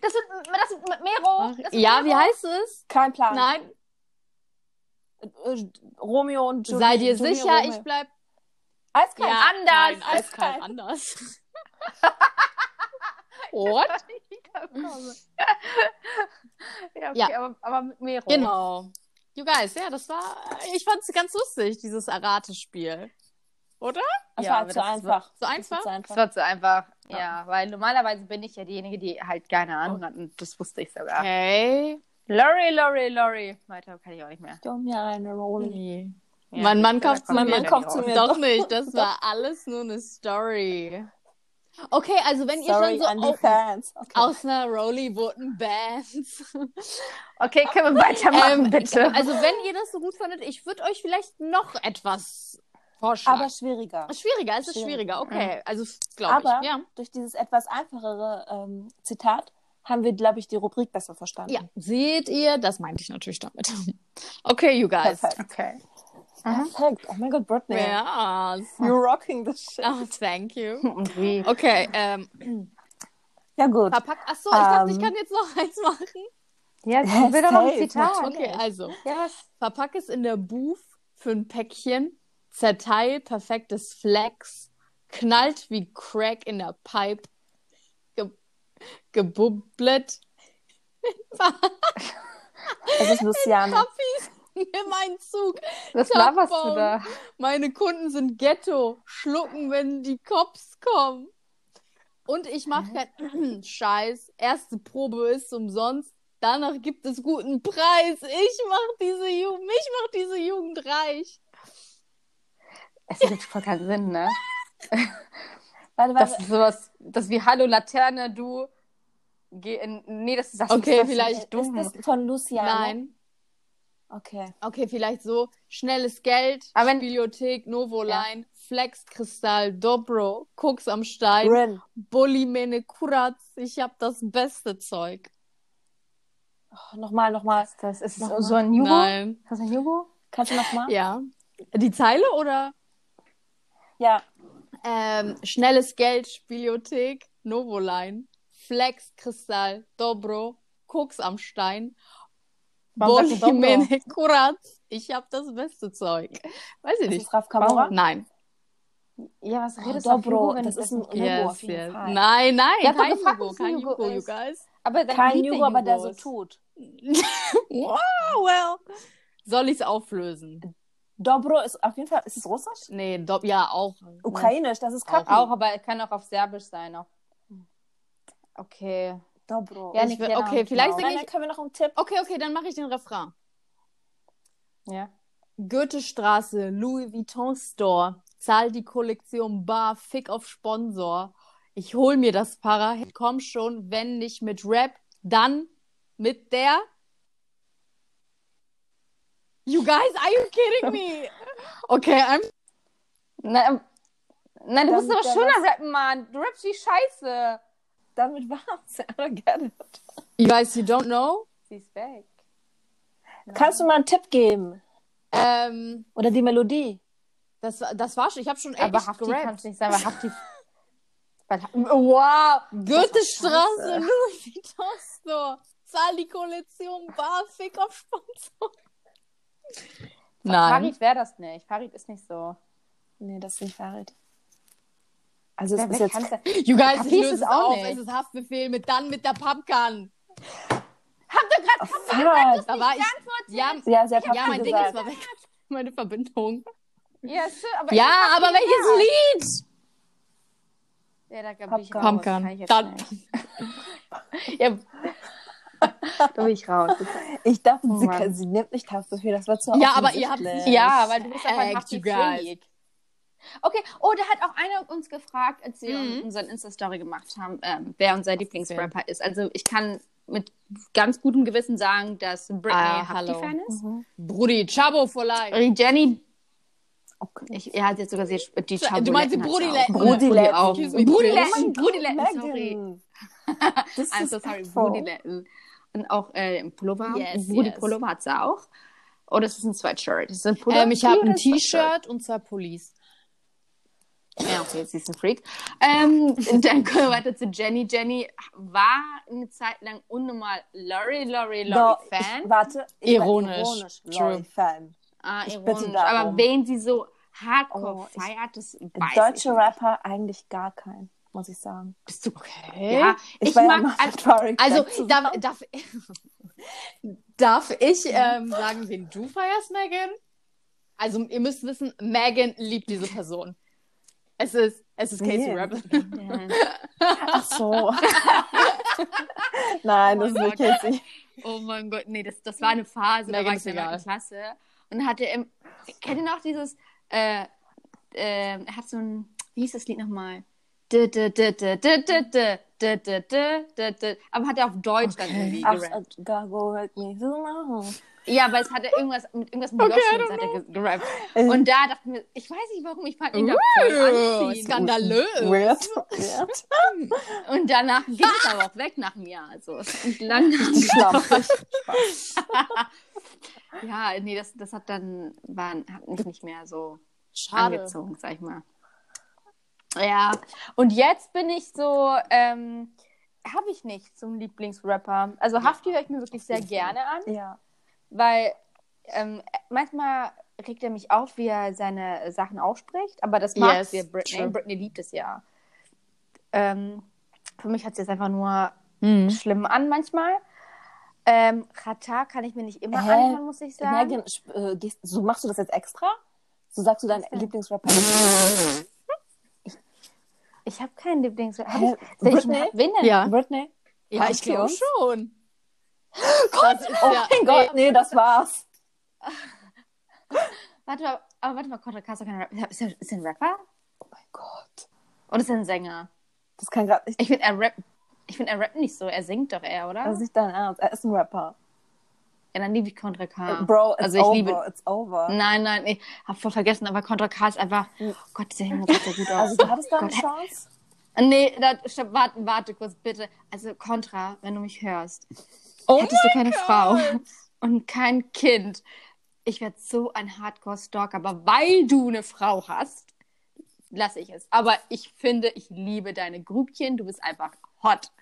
[SPEAKER 2] Das wird, das wird mit Mero. Das wird
[SPEAKER 3] ja,
[SPEAKER 2] Mero.
[SPEAKER 3] wie heißt es?
[SPEAKER 1] Kein Plan.
[SPEAKER 3] Nein,
[SPEAKER 1] Äh, Romeo und Julie.
[SPEAKER 3] sei dir
[SPEAKER 1] Julie
[SPEAKER 3] sicher,
[SPEAKER 1] Romeo.
[SPEAKER 3] ich bleib
[SPEAKER 1] Eiskalt.
[SPEAKER 3] Ja,
[SPEAKER 2] anders.
[SPEAKER 3] Nein, eiskalt anders. What?
[SPEAKER 2] ja, okay,
[SPEAKER 3] Ja.
[SPEAKER 2] Aber, aber mit Mero.
[SPEAKER 3] Genau. You guys, ja, das war, ich fand's ganz lustig, dieses Erratespiel.
[SPEAKER 1] Das
[SPEAKER 2] Ja,
[SPEAKER 1] war
[SPEAKER 2] aber
[SPEAKER 1] zu
[SPEAKER 2] das war-
[SPEAKER 1] einfach.
[SPEAKER 3] so
[SPEAKER 1] Das war
[SPEAKER 3] einfach?
[SPEAKER 1] zu
[SPEAKER 2] Das
[SPEAKER 1] einfach.
[SPEAKER 2] war zu einfach. Ja. weil normalerweise bin ich ja diejenige, die halt keine Ahnung hat und das wusste ich sogar.
[SPEAKER 3] Oh. Okay.
[SPEAKER 2] Lori, Lori, Lori. Weiter kann ich auch nicht mehr.
[SPEAKER 1] Gib mir eine Rolle.
[SPEAKER 2] Ja,
[SPEAKER 3] mein Mann
[SPEAKER 2] da
[SPEAKER 3] kauft
[SPEAKER 2] kommt
[SPEAKER 1] Mein
[SPEAKER 2] wieder
[SPEAKER 1] Mann
[SPEAKER 2] die
[SPEAKER 1] kauft
[SPEAKER 2] raus.
[SPEAKER 1] zu mir.
[SPEAKER 3] Hm. Doch nicht, das war alles nur eine Story. Okay, also wenn
[SPEAKER 1] Sorry
[SPEAKER 3] ihr schon
[SPEAKER 1] an
[SPEAKER 3] so
[SPEAKER 1] die
[SPEAKER 3] au-
[SPEAKER 1] Fans. Okay.
[SPEAKER 3] aus einer Rollywood Bands.
[SPEAKER 2] Okay, können wir weitermachen,
[SPEAKER 3] Ähm,
[SPEAKER 2] bitte.
[SPEAKER 3] Also wenn ihr das so gut fandet, ich würde euch vielleicht noch etwas vorschlagen.
[SPEAKER 1] Aber schwieriger.
[SPEAKER 3] schwieriger, es ist
[SPEAKER 1] Schwieriger.
[SPEAKER 3] schwieriger, okay. Also glaube
[SPEAKER 1] Aber
[SPEAKER 3] ich. Ja.
[SPEAKER 1] durch dieses etwas einfachere ähm, Zitat haben wir, glaube ich, die Rubrik besser verstanden.
[SPEAKER 3] ja, seht ihr, das meinte ich natürlich damit. Okay, you guys.
[SPEAKER 1] Perfekt.
[SPEAKER 2] okay.
[SPEAKER 1] Perfekt. Oh mein Gott, Britney.
[SPEAKER 3] Yes.
[SPEAKER 1] You're rocking this shit.
[SPEAKER 3] Oh, thank you.
[SPEAKER 2] Und wie?
[SPEAKER 3] Okay, ähm,
[SPEAKER 1] Ja, gut.
[SPEAKER 3] verpackt. Achso, ich dachte, ich
[SPEAKER 1] Ähm.
[SPEAKER 3] kann jetzt noch eins machen.
[SPEAKER 2] Ja,
[SPEAKER 1] Ja,
[SPEAKER 2] ich will doch noch ein
[SPEAKER 1] safe,
[SPEAKER 2] Zitat.
[SPEAKER 3] Okay, also.
[SPEAKER 2] Ja, was?
[SPEAKER 3] Verpack es in der Booth für ein Päckchen, zerteil perfektes Flex, knallt wie Crack in der Pipe, ge gebubblet.
[SPEAKER 1] Es ist Luciano.
[SPEAKER 3] Papis, nimm einen Zug.
[SPEAKER 2] Was
[SPEAKER 3] Top
[SPEAKER 2] laberst du
[SPEAKER 3] Bomb.
[SPEAKER 2] da?
[SPEAKER 3] Meine Kunden sind Ghetto, schlucken, wenn die Cops kommen. Und ich mache keinen Scheiß. Erste Probe ist umsonst. Danach gibt es guten Preis. Ich mach diese Jugend, ich mach diese Jugend reich.
[SPEAKER 2] Es gibt voll keinen Sinn, ne?
[SPEAKER 1] Warte,
[SPEAKER 2] Das
[SPEAKER 1] warte.
[SPEAKER 2] ist sowas, das ist wie Hallo Laterne, du. Geh in, nee, das ist das
[SPEAKER 3] Okay,
[SPEAKER 2] das
[SPEAKER 3] vielleicht
[SPEAKER 2] ist dumm.
[SPEAKER 1] Äh, Ist das von
[SPEAKER 2] ne?
[SPEAKER 1] Luciano?
[SPEAKER 3] Nein.
[SPEAKER 1] Okay.
[SPEAKER 3] Okay, vielleicht so schnelles Geld,
[SPEAKER 2] Aber wenn-
[SPEAKER 3] Bibliothek, Novoline, Flex, Kristall, Dobro, Koks am Stein,
[SPEAKER 1] Rin.
[SPEAKER 3] Bulli, Mene, Kuratz. Ich hab das beste Zeug.
[SPEAKER 1] Oh, nochmal, nochmal.
[SPEAKER 2] das ist
[SPEAKER 1] Mach mal.
[SPEAKER 2] so ein Jugo?
[SPEAKER 3] Nein.
[SPEAKER 2] Ist das ein Jugo?
[SPEAKER 1] Kannst du nochmal?
[SPEAKER 3] Ja. Die Zeile oder?
[SPEAKER 1] Ja.
[SPEAKER 3] Ähm, schnelles Geld, Bibliothek, Novoline, Flex, Kristall, Dobro, Koks am Stein,
[SPEAKER 2] Warum
[SPEAKER 3] Bulli,
[SPEAKER 2] sagst du Dobro?
[SPEAKER 3] Mene, Kuratz. Ich hab das beste Zeug. Weiß ich
[SPEAKER 1] Das
[SPEAKER 3] nicht.
[SPEAKER 1] ist Raf Kamora.
[SPEAKER 3] Nein.
[SPEAKER 2] Ja, was
[SPEAKER 1] Oh,
[SPEAKER 2] redest du von
[SPEAKER 1] Dobro.
[SPEAKER 2] Jugo, wenn
[SPEAKER 1] Das
[SPEAKER 2] ich
[SPEAKER 1] ist ein Logo auf
[SPEAKER 3] Yes,
[SPEAKER 1] jeden
[SPEAKER 3] yes.
[SPEAKER 1] Fall.
[SPEAKER 3] Nein, nein,
[SPEAKER 2] Ich hab doch
[SPEAKER 3] kein
[SPEAKER 2] gefragt,
[SPEAKER 3] Jugo,
[SPEAKER 2] was ein
[SPEAKER 3] kein
[SPEAKER 2] Jugo
[SPEAKER 3] Jugo, you
[SPEAKER 2] ist.
[SPEAKER 3] guys.
[SPEAKER 2] Aber dann
[SPEAKER 1] Kein
[SPEAKER 2] liebt
[SPEAKER 1] Jugo, aber der so
[SPEAKER 2] Jugos.
[SPEAKER 1] tut.
[SPEAKER 3] wow, well. Soll ich's auflösen?
[SPEAKER 1] Dobro ist auf jeden Fall, ist es russisch?
[SPEAKER 3] Nee, do, ja, auch.
[SPEAKER 1] Ukrainisch, das ist Kapi.
[SPEAKER 2] Auch, aber es kann auch auf Serbisch sein. Auch. Okay.
[SPEAKER 1] Dobro.
[SPEAKER 2] Ja,
[SPEAKER 3] Ich
[SPEAKER 2] nicht
[SPEAKER 3] will-
[SPEAKER 2] genau.
[SPEAKER 3] okay, vielleicht
[SPEAKER 2] genau.
[SPEAKER 1] Nein, dann können wir noch einen Tipp.
[SPEAKER 3] Okay, okay, dann mache ich den Refrain.
[SPEAKER 2] Ja.
[SPEAKER 3] Goethestraße, Louis Vuitton Store, zahl die Kollektion bar, fick auf Sponsor. Ich hol mir das Para, komm schon, wenn nicht mit Rap, dann mit der. You guys, are you kidding me? Okay, I'm
[SPEAKER 2] Nein, ähm, nein du
[SPEAKER 1] Dann
[SPEAKER 2] musst aber
[SPEAKER 1] der
[SPEAKER 2] schöner
[SPEAKER 1] was-
[SPEAKER 2] rappen, Mann. Du rappst wie Scheiße.
[SPEAKER 1] Damit war's. I don't get it.
[SPEAKER 3] You guys, you don't know?
[SPEAKER 2] Sie ist weg.
[SPEAKER 1] Kannst du mal einen Tipp geben?
[SPEAKER 3] Ähm,
[SPEAKER 1] Oder die Melodie?
[SPEAKER 3] das, war- das war schon. Ich habe schon echt
[SPEAKER 2] Aber Hafti kann
[SPEAKER 3] gerappt.
[SPEAKER 2] es nicht sein, weil Hafti. weil, wow.
[SPEAKER 3] Goethestraße,
[SPEAKER 2] scheiße.
[SPEAKER 3] Louis Vuitton Store. Zahl die Kollektion bar, fick auf Sponsor. Nein.
[SPEAKER 2] Farid wäre das nicht. Farid ist nicht so.
[SPEAKER 1] Nee, das ist nicht Farid. Also es ist
[SPEAKER 2] Wer- wer
[SPEAKER 1] jetzt
[SPEAKER 2] kann's denn?
[SPEAKER 3] You guys,
[SPEAKER 2] Paris
[SPEAKER 3] ich löse
[SPEAKER 2] ist
[SPEAKER 3] es
[SPEAKER 2] auch
[SPEAKER 3] auf.
[SPEAKER 2] nicht.
[SPEAKER 3] Es ist Haftbefehl mit dann mit der Pappkan.
[SPEAKER 1] Farid.
[SPEAKER 3] Da war ich. Ja,
[SPEAKER 1] Ja, sehr
[SPEAKER 3] ja, mein Ding ist
[SPEAKER 1] gesagt.
[SPEAKER 3] mal weg. Meine Verbindung.
[SPEAKER 2] Ja, schön, aber
[SPEAKER 3] Ja, aber welches Lied?
[SPEAKER 2] Ja, da bin ich raus.
[SPEAKER 3] Pumpkin.
[SPEAKER 2] Oh, Kann ich jetzt
[SPEAKER 3] Dann-
[SPEAKER 2] nicht. Ja. da bin ich raus.
[SPEAKER 1] Ich dachte,
[SPEAKER 2] Oh
[SPEAKER 1] sie,
[SPEAKER 2] Mann.
[SPEAKER 1] kann, sie nimmt nicht Haftbefehl. Das war zu
[SPEAKER 3] Ja, aber ihr habt-
[SPEAKER 1] offensichtlich.
[SPEAKER 2] Ja, weil du bist auf
[SPEAKER 3] Act,
[SPEAKER 2] meinem
[SPEAKER 3] you guys.
[SPEAKER 2] Hafti-Weg. Okay, oh, da hat auch einer uns gefragt, als wir mhm. unseren Insta-Story gemacht haben, ähm, wer unser Lieblingsrapper ja. ist. Also ich kann mit ganz gutem Gewissen sagen, dass Britney ah, Hafti-Fan ist. Mhm.
[SPEAKER 3] Brudi, Chabo for life.
[SPEAKER 2] Die Jenny... Okay. Ich, er hat jetzt sogar die, die
[SPEAKER 3] Chabo Du meinst die Brudiletten.
[SPEAKER 2] Brudiletten. Brudiletten, Brudiletten, sorry. also, sorry, Brudiletten. Und auch äh, im Pullover. Yes, Brudi yes. Pullover hat sie auch. Oder ist es ein Sweatshirt? Ist es ein Pullover?
[SPEAKER 3] Ähm, ich habe ein T-Shirt und zwei Pullis.
[SPEAKER 2] Ja, okay, sie ist ein Freak. Ähm, dann kommen wir weiter zu Jenny. Jenny war eine Zeit lang unnormal Lori, Lori, Lori-Fan.
[SPEAKER 1] Warte, ich
[SPEAKER 3] ironisch. ironisch
[SPEAKER 1] Lori-Fan.
[SPEAKER 2] Ah, ich ironisch. Aber wen sie so hardcore oh, feiert, das weiß
[SPEAKER 1] Deutsche
[SPEAKER 2] ich
[SPEAKER 1] Rapper eigentlich gar kein, muss ich sagen.
[SPEAKER 2] Bist du okay?
[SPEAKER 3] Ja,
[SPEAKER 1] ich,
[SPEAKER 3] ich
[SPEAKER 1] mag, ja mal Lori
[SPEAKER 3] also, also darf, darf, darf ich ähm, sagen, wen du feierst, Megan? Also, ihr müsst wissen, Megan liebt diese Person. Es ist, es ist Casey yeah.
[SPEAKER 1] Yeah. Ach so. Nein, das oh ist nicht Casey.
[SPEAKER 2] Oh mein Gott, nee, das, das war eine Phase,
[SPEAKER 3] Megan
[SPEAKER 2] da war ich in
[SPEAKER 3] egal.
[SPEAKER 2] der neunten Klasse. Und hatte im, kennt ihr noch dieses, äh, äh, er hat so ein, wie hieß das Lied nochmal? D- d- d- d- d- d- d- d- d- d- d- d- Aber hat er auf Deutsch dann irgendwie
[SPEAKER 1] Ach,
[SPEAKER 2] gerappt.
[SPEAKER 1] go with me so long.
[SPEAKER 2] Ja, weil es hat er irgendwas mit irgendwas mit
[SPEAKER 3] Okay, I
[SPEAKER 2] Joshua
[SPEAKER 3] don't
[SPEAKER 2] hat er
[SPEAKER 3] know.
[SPEAKER 2] ge- gerappt. Und da dachte ich mir, ich weiß nicht warum, ich fand ihn da voll
[SPEAKER 3] Äh,
[SPEAKER 2] anziehend.
[SPEAKER 3] Skandalös.
[SPEAKER 1] Weird. Weird.
[SPEAKER 2] Und danach ging es aber auch weg nach einem Jahr. Also und lang
[SPEAKER 1] Schlampig.
[SPEAKER 2] Ja, nee, das, das hat dann war, hat mich nicht mehr so
[SPEAKER 3] Schade.
[SPEAKER 2] angezogen, sag ich mal. Ja, und jetzt bin ich so, ähm, habe ich nicht zum Lieblingsrapper. Also Hafti höre ich mir wirklich sehr gerne an,
[SPEAKER 1] Ja.
[SPEAKER 2] weil ähm, manchmal regt er mich auf, wie er seine Sachen ausspricht, aber das mag
[SPEAKER 3] Yes,
[SPEAKER 2] wir Britney.
[SPEAKER 3] true.
[SPEAKER 2] Britney liebt es ja. Ähm, für mich hat sie es einfach nur
[SPEAKER 3] Mhm.
[SPEAKER 2] schlimm an manchmal. Ähm, Rata kann ich mir nicht immer
[SPEAKER 1] Hä?
[SPEAKER 2] anhören, muss ich sagen.
[SPEAKER 1] Megan, sp- äh, gehst, so machst du das jetzt extra? So sagst du deinen Lieblingsrapper.
[SPEAKER 2] Ich habe keinen Lieblingsrapper. Hab
[SPEAKER 1] Hä?
[SPEAKER 2] ich- Soll ich-
[SPEAKER 1] Britney?
[SPEAKER 2] Wen denn?
[SPEAKER 3] Ja.
[SPEAKER 1] Britney?
[SPEAKER 3] ja, ich
[SPEAKER 1] Kommst du
[SPEAKER 3] glaube
[SPEAKER 1] uns?
[SPEAKER 3] schon.
[SPEAKER 1] Oh mein Gott, nee, das war's.
[SPEAKER 2] Warte mal, aber warte mal, Contra Costa kann Rapper. Ist er, ist er ein Rapper?
[SPEAKER 1] Oh mein Gott.
[SPEAKER 2] Oder ist er ein Sänger?
[SPEAKER 1] Das kann gerade nicht,
[SPEAKER 2] Ich finde, er rappt. Ich finde, er rappt nicht so. Er singt doch eher, oder?
[SPEAKER 1] das ist nicht dein Ernst. Er ist ein Rapper.
[SPEAKER 2] ja, dann liebe ich Contra K.
[SPEAKER 1] Äh, Bro, it's
[SPEAKER 2] also ich
[SPEAKER 1] over,
[SPEAKER 2] liebe.
[SPEAKER 1] it's over.
[SPEAKER 2] Nein, nein, ich habe voll vergessen, aber Contra K ist einfach. Oh Gott, dieser Junge sieht so gut
[SPEAKER 1] Hm.
[SPEAKER 2] aus.
[SPEAKER 1] Also du hattest da eine
[SPEAKER 2] Gott, hä?
[SPEAKER 1] Chance? Oh
[SPEAKER 2] Nee, da, stopp, warte, warte kurz, bitte. Also Contra, wenn du mich hörst,
[SPEAKER 3] Oh
[SPEAKER 2] hättest du keine Frau und kein Kind. Ich werde so ein Hardcore-Stalker, aber weil du eine Frau hast, lasse ich es. Aber ich finde, ich liebe deine Grübchen. Du bist einfach hot.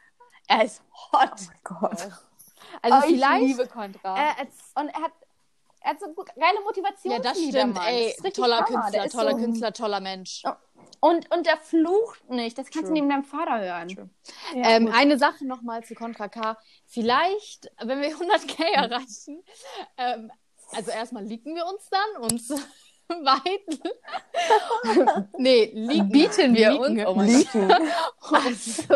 [SPEAKER 2] Er ist hot.
[SPEAKER 1] Oh mein Gott.
[SPEAKER 3] Also
[SPEAKER 2] Oh, ich
[SPEAKER 3] vielleicht.
[SPEAKER 2] liebe
[SPEAKER 3] Contra.
[SPEAKER 2] er, er, und er hat, er hat so gut, geile Motivation.
[SPEAKER 3] Äh, ja, das stimmt. Ey, toller Künstler, toller Künstler, toller Mensch.
[SPEAKER 2] Und, und er flucht nicht. Das kannst
[SPEAKER 3] True.
[SPEAKER 2] du neben deinem Vater hören.
[SPEAKER 3] True.
[SPEAKER 1] Ja,
[SPEAKER 3] Ähm,
[SPEAKER 1] gut.
[SPEAKER 3] eine Sache nochmal zu Contra K. Vielleicht, wenn wir 100k erreichen, ähm, also erstmal liegen wir uns dann und weit. nee, liegen, bieten wir
[SPEAKER 2] uns?
[SPEAKER 3] uns.
[SPEAKER 2] Oh mein
[SPEAKER 1] Leaken.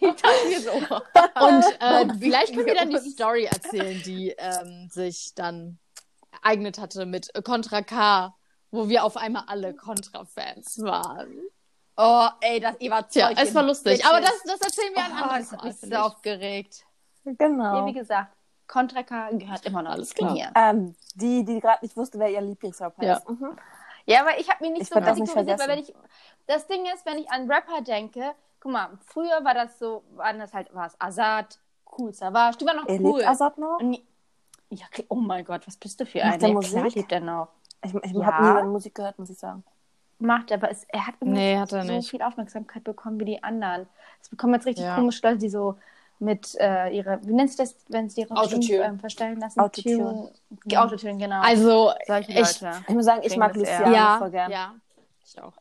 [SPEAKER 2] Ich dachte mir so.
[SPEAKER 3] oh. Und äh, vielleicht können wir dann die Story erzählen, die ähm, sich dann ereignet hatte mit Contra K, wo wir auf einmal alle Contra-Fans waren.
[SPEAKER 2] Oh, ey, das, ihr wart
[SPEAKER 3] Tja,
[SPEAKER 2] solche
[SPEAKER 3] es war lustig.
[SPEAKER 2] Bitches.
[SPEAKER 3] Aber das, das erzählen wir ein
[SPEAKER 2] oh,
[SPEAKER 3] anderes
[SPEAKER 2] das hat
[SPEAKER 3] Mal.
[SPEAKER 2] mich so
[SPEAKER 3] finde ich.
[SPEAKER 2] aufgeregt. Ja,
[SPEAKER 1] Genau.
[SPEAKER 2] wie gesagt, Contra K gehört immer noch
[SPEAKER 3] Alles
[SPEAKER 2] alles
[SPEAKER 3] klar.
[SPEAKER 2] klar.
[SPEAKER 1] Ähm, die, die gerade nicht wusste, wer ihr Lieblingsrapper
[SPEAKER 3] Ja.
[SPEAKER 1] ist. Mhm.
[SPEAKER 2] Ja, aber ich habe mich nicht
[SPEAKER 1] Ich
[SPEAKER 2] so
[SPEAKER 1] werd das nicht
[SPEAKER 2] kategorisiert, weil wenn ich das Ding ist, wenn ich an Rapper denke, guck mal, früher war das so, waren das halt was Azad, cool, Savage, die waren noch
[SPEAKER 1] Er
[SPEAKER 2] cool.
[SPEAKER 1] lebt Azad noch?
[SPEAKER 2] Und die- ja, klar, oh mein Gott, was bist du für
[SPEAKER 1] Macht
[SPEAKER 2] ein?
[SPEAKER 1] der
[SPEAKER 2] Ja, klar
[SPEAKER 1] Musik?
[SPEAKER 2] lebt er noch.
[SPEAKER 1] Ich, ich
[SPEAKER 2] Ja.
[SPEAKER 1] habe nie seine Musik gehört, muss ich sagen.
[SPEAKER 2] Macht, er, aber es, er hat irgendwie
[SPEAKER 3] Nee, hat er
[SPEAKER 2] so
[SPEAKER 3] nicht.
[SPEAKER 2] viel Aufmerksamkeit bekommen wie die anderen. Es bekommen jetzt richtig
[SPEAKER 3] Ja.
[SPEAKER 2] komische Leute, die so mit äh, ihrer, wie nennt sich das, wenn sie ihre
[SPEAKER 3] Autotune.
[SPEAKER 2] Stimme, ähm, verstellen lassen?
[SPEAKER 1] Autotune.
[SPEAKER 2] Tune. Autotune, genau.
[SPEAKER 3] Also,
[SPEAKER 2] Solche
[SPEAKER 3] echt.
[SPEAKER 2] Leute.
[SPEAKER 1] Ich muss sagen, ich
[SPEAKER 2] Deswegen
[SPEAKER 1] mag
[SPEAKER 2] ist er-
[SPEAKER 1] Luciano
[SPEAKER 3] ja,
[SPEAKER 1] voll gern.
[SPEAKER 3] ja. Ich auch.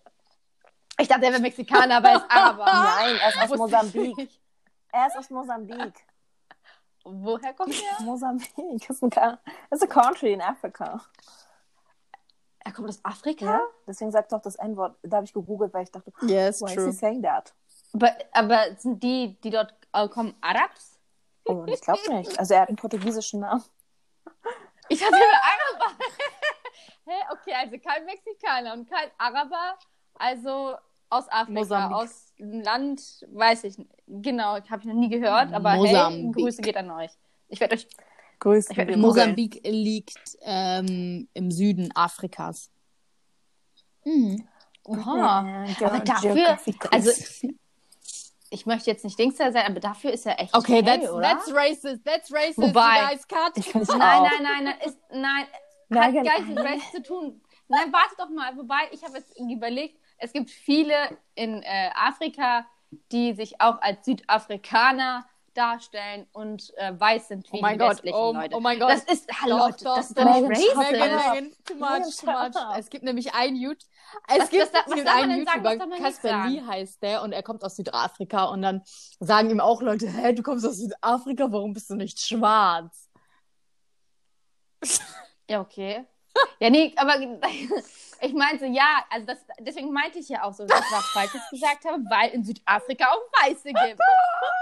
[SPEAKER 2] Ich dachte, er wäre Mexikaner, ah, aber er ist Araber.
[SPEAKER 1] Nein, er ist aus
[SPEAKER 3] Wusste
[SPEAKER 1] Mosambik. Er ist aus Mosambik.
[SPEAKER 2] Woher kommt er?
[SPEAKER 1] Mosambik ist ein, Ka- ist ein Country in Afrika.
[SPEAKER 2] Er kommt aus Afrika?
[SPEAKER 1] Ja? Deswegen sagt doch das N-Wort. Da habe ich gegoogelt, weil ich dachte,
[SPEAKER 3] Yes,
[SPEAKER 1] why is he saying that?
[SPEAKER 2] Aber, aber sind die, die dort äh, kommen, Arabs?
[SPEAKER 1] Oh, ich glaube nicht. Also er hat einen portugiesischen Namen.
[SPEAKER 2] Ich hatte immer Araber. Hä? Okay, also kein Mexikaner und kein Araber, also aus Afrika,
[SPEAKER 3] Mosambik.
[SPEAKER 2] aus einem Land, weiß ich nicht. Genau, habe ich noch nie gehört, aber hey,
[SPEAKER 3] Mosambik.
[SPEAKER 2] Grüße geht an euch. Ich werde euch
[SPEAKER 1] Grüße.
[SPEAKER 2] Ich werd
[SPEAKER 1] liebe
[SPEAKER 2] mich googeln.
[SPEAKER 3] Mosambik liegt ähm, im Süden Afrikas.
[SPEAKER 2] Oha. Ah.
[SPEAKER 1] genau.
[SPEAKER 2] Aber dafür, also ich möchte jetzt nicht Dingster sein, aber dafür ist er echt.
[SPEAKER 3] Okay,
[SPEAKER 2] okay,
[SPEAKER 3] that's,
[SPEAKER 2] oder?
[SPEAKER 3] that's racist. That's racist.
[SPEAKER 2] Wobei-
[SPEAKER 3] you guys cut.
[SPEAKER 1] Ich finde es
[SPEAKER 2] nein,
[SPEAKER 1] auch.
[SPEAKER 2] nein, nein, nein, ist, nein,
[SPEAKER 1] Nein,
[SPEAKER 2] hat
[SPEAKER 1] genau.
[SPEAKER 2] gar nichts mit Race zu tun. Nein, warte doch mal, wobei ich habe jetzt überlegt, es gibt viele in äh, Afrika, die sich auch als Südafrikaner darstellen und äh, weiß sind wie
[SPEAKER 3] Oh mein
[SPEAKER 2] die
[SPEAKER 3] Gott.
[SPEAKER 2] westlichen
[SPEAKER 3] Oh,
[SPEAKER 2] Leute.
[SPEAKER 3] oh mein Gott.
[SPEAKER 2] das ist, hallo,
[SPEAKER 3] Doch, doch,
[SPEAKER 2] das ist
[SPEAKER 1] doch.
[SPEAKER 2] doch nicht
[SPEAKER 1] Megan, shut
[SPEAKER 2] racist.
[SPEAKER 3] Megan,
[SPEAKER 1] up.
[SPEAKER 3] Megan, too much, too
[SPEAKER 1] Megan,
[SPEAKER 3] much.
[SPEAKER 1] shut up.
[SPEAKER 3] Es gibt nämlich einen YouTube, es
[SPEAKER 2] Was-
[SPEAKER 3] gibt,
[SPEAKER 2] was darf-
[SPEAKER 3] es
[SPEAKER 2] was
[SPEAKER 3] gibt
[SPEAKER 2] darf man
[SPEAKER 3] einen
[SPEAKER 2] denn sagen? Was
[SPEAKER 3] YouTuber,
[SPEAKER 2] darf man nicht
[SPEAKER 3] Kasper
[SPEAKER 2] sagen?
[SPEAKER 3] Lee heißt der, und er kommt aus Südafrika, und dann sagen ihm auch Leute, hä, du kommst aus Südafrika, warum bist du nicht schwarz?
[SPEAKER 2] Ja, okay. Ja, nee, aber ich meinte, ja, also das, deswegen meinte ich ja auch so, dass ich was Falsches gesagt habe, weil in Südafrika auch Weiße gibt.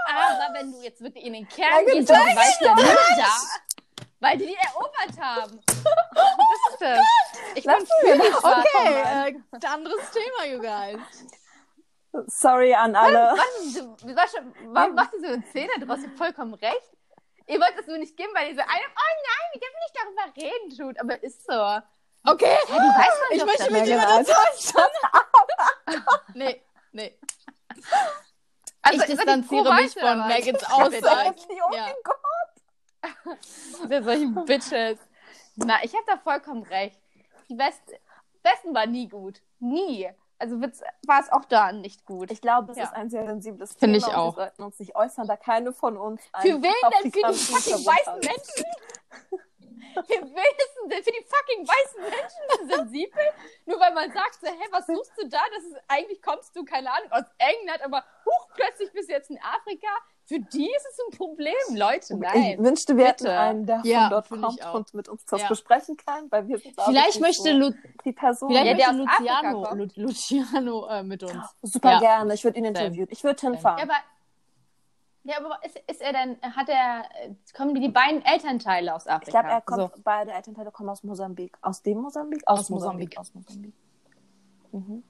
[SPEAKER 2] Aber wenn du jetzt wirklich in den Kern
[SPEAKER 1] Ja,
[SPEAKER 2] gehst, dann
[SPEAKER 3] genau.
[SPEAKER 2] weißt du nicht da, weil die die erobert haben. Was ist das? Ich bin völlig schwarz vom
[SPEAKER 3] Okay, äh, anderes Thema, you guys.
[SPEAKER 1] Sorry an alle.
[SPEAKER 2] Mann. Sascha, warum machst du so eine Szene daraus? Ihr habt vollkommen recht. Ihr wollt das nur nicht geben, weil diese eine, oh nein, wir dürfen nicht darüber reden, tut, aber ist so. Ja,
[SPEAKER 3] Okay,
[SPEAKER 2] die weiß man
[SPEAKER 3] ich
[SPEAKER 2] doch
[SPEAKER 3] möchte
[SPEAKER 2] dann.
[SPEAKER 3] mit
[SPEAKER 1] Megan,
[SPEAKER 3] jemandem
[SPEAKER 1] Alter.
[SPEAKER 3] Nee, nee.
[SPEAKER 2] Also,
[SPEAKER 3] ich distanziere mich von Megans Aussage.
[SPEAKER 1] Oh
[SPEAKER 3] Ja.
[SPEAKER 1] mein Gott.
[SPEAKER 2] Der solchen Bitches. Na, ich hab da vollkommen recht. Die West Westen war nie gut. Nie. Also wird's- war es auch da nicht gut.
[SPEAKER 1] Ich glaube, es
[SPEAKER 2] Ja.
[SPEAKER 1] ist ein sehr sensibles Thema.
[SPEAKER 3] Finde ich
[SPEAKER 1] und
[SPEAKER 3] auch.
[SPEAKER 1] Wir sollten uns nicht äußern, da keine von uns.
[SPEAKER 2] für
[SPEAKER 1] einen
[SPEAKER 2] wen denn? Für die
[SPEAKER 1] Kopfdistanz
[SPEAKER 2] fucking
[SPEAKER 1] unterwunden
[SPEAKER 2] weißen
[SPEAKER 1] hat.
[SPEAKER 2] Menschen? Für wen ist denn denn für die fucking weißen Menschen sensibel? Nur weil man sagt, so, hä, was suchst du da? Das ist, eigentlich kommst du, keine Ahnung, aus England, aber huch, plötzlich bist du jetzt in Afrika. Für die ist es ein Problem, Leute.
[SPEAKER 1] Ich
[SPEAKER 2] Nein.
[SPEAKER 1] wünschte, wir hätten
[SPEAKER 2] Bitte.
[SPEAKER 1] einen, der
[SPEAKER 3] Ja,
[SPEAKER 1] von dort
[SPEAKER 3] finde ich
[SPEAKER 1] kommt
[SPEAKER 3] auch.
[SPEAKER 1] und mit uns das
[SPEAKER 3] Ja.
[SPEAKER 1] besprechen kann, weil wir sind, glaube ich,
[SPEAKER 3] Vielleicht
[SPEAKER 1] nicht
[SPEAKER 3] möchte,
[SPEAKER 1] so
[SPEAKER 3] Lu
[SPEAKER 1] die Person
[SPEAKER 3] vielleicht
[SPEAKER 2] Oh. Ja, der
[SPEAKER 3] möchte
[SPEAKER 2] aus Afrika
[SPEAKER 3] Luciano, Lu
[SPEAKER 2] kommt.
[SPEAKER 3] Luciano äh, mit uns.
[SPEAKER 1] super
[SPEAKER 3] Ja.
[SPEAKER 1] gerne. Ich würde ihn
[SPEAKER 3] Same.
[SPEAKER 1] interviewen. Ich würde
[SPEAKER 2] Ja,
[SPEAKER 1] hinfahren.
[SPEAKER 2] aber, ja, aber ist, ist er denn, hat er, kommen die beiden Elternteile aus Afrika?
[SPEAKER 1] ich glaube, er kommt,
[SPEAKER 2] So.
[SPEAKER 1] beide Elternteile kommen aus Mosambik. Aus dem Mosambik? Aus,
[SPEAKER 3] Aus
[SPEAKER 1] Mosambik.
[SPEAKER 3] Mosambik.
[SPEAKER 1] Aus Mosambik.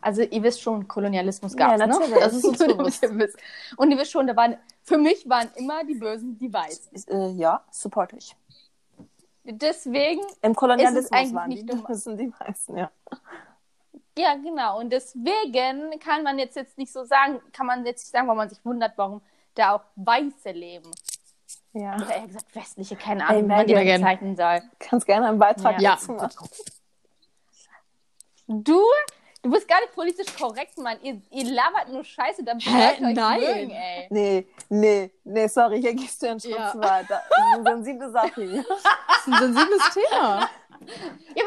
[SPEAKER 2] Also ihr wisst schon, Kolonialismus
[SPEAKER 1] Ja,
[SPEAKER 2] gab's, ne?
[SPEAKER 1] natürlich.
[SPEAKER 3] Das ist uns bewusst.
[SPEAKER 2] Ihr wisst. Und ihr wisst schon, da waren, für mich waren immer die Bösen die Weißen.
[SPEAKER 1] Ich, äh, ja, supporte ich.
[SPEAKER 2] Deswegen,
[SPEAKER 1] Im
[SPEAKER 2] Ist es
[SPEAKER 1] Kolonialismus
[SPEAKER 2] eigentlich
[SPEAKER 1] waren die,
[SPEAKER 2] nicht dumm?
[SPEAKER 1] das sind die meisten, ja.
[SPEAKER 2] ja genau, und deswegen kann man jetzt, jetzt nicht so sagen, kann man jetzt nicht sagen, weil man sich wundert, warum da auch Weiße leben.
[SPEAKER 1] Ja,
[SPEAKER 2] Oder eher gesagt, westliche, keine
[SPEAKER 1] Ey,
[SPEAKER 2] Ahnung, wie man die
[SPEAKER 1] Megan.
[SPEAKER 2] bezeichnen soll.
[SPEAKER 1] kannst gerne einen Beitrag
[SPEAKER 3] Ja.
[SPEAKER 1] dazu machen.
[SPEAKER 2] Du, du bist gar nicht politisch korrekt, Mann. Ihr, ihr labert nur Scheiße, damit die
[SPEAKER 3] Hä?
[SPEAKER 2] Leute euch
[SPEAKER 3] Nein.
[SPEAKER 2] mögen, ey.
[SPEAKER 1] Nee, nee, nee, sorry, hier gehst du einen Schritt
[SPEAKER 3] Ja.
[SPEAKER 1] zu weit. Das ist eine sensible Sache hier.
[SPEAKER 3] Das ist ein sensibles Thema.
[SPEAKER 2] Ja,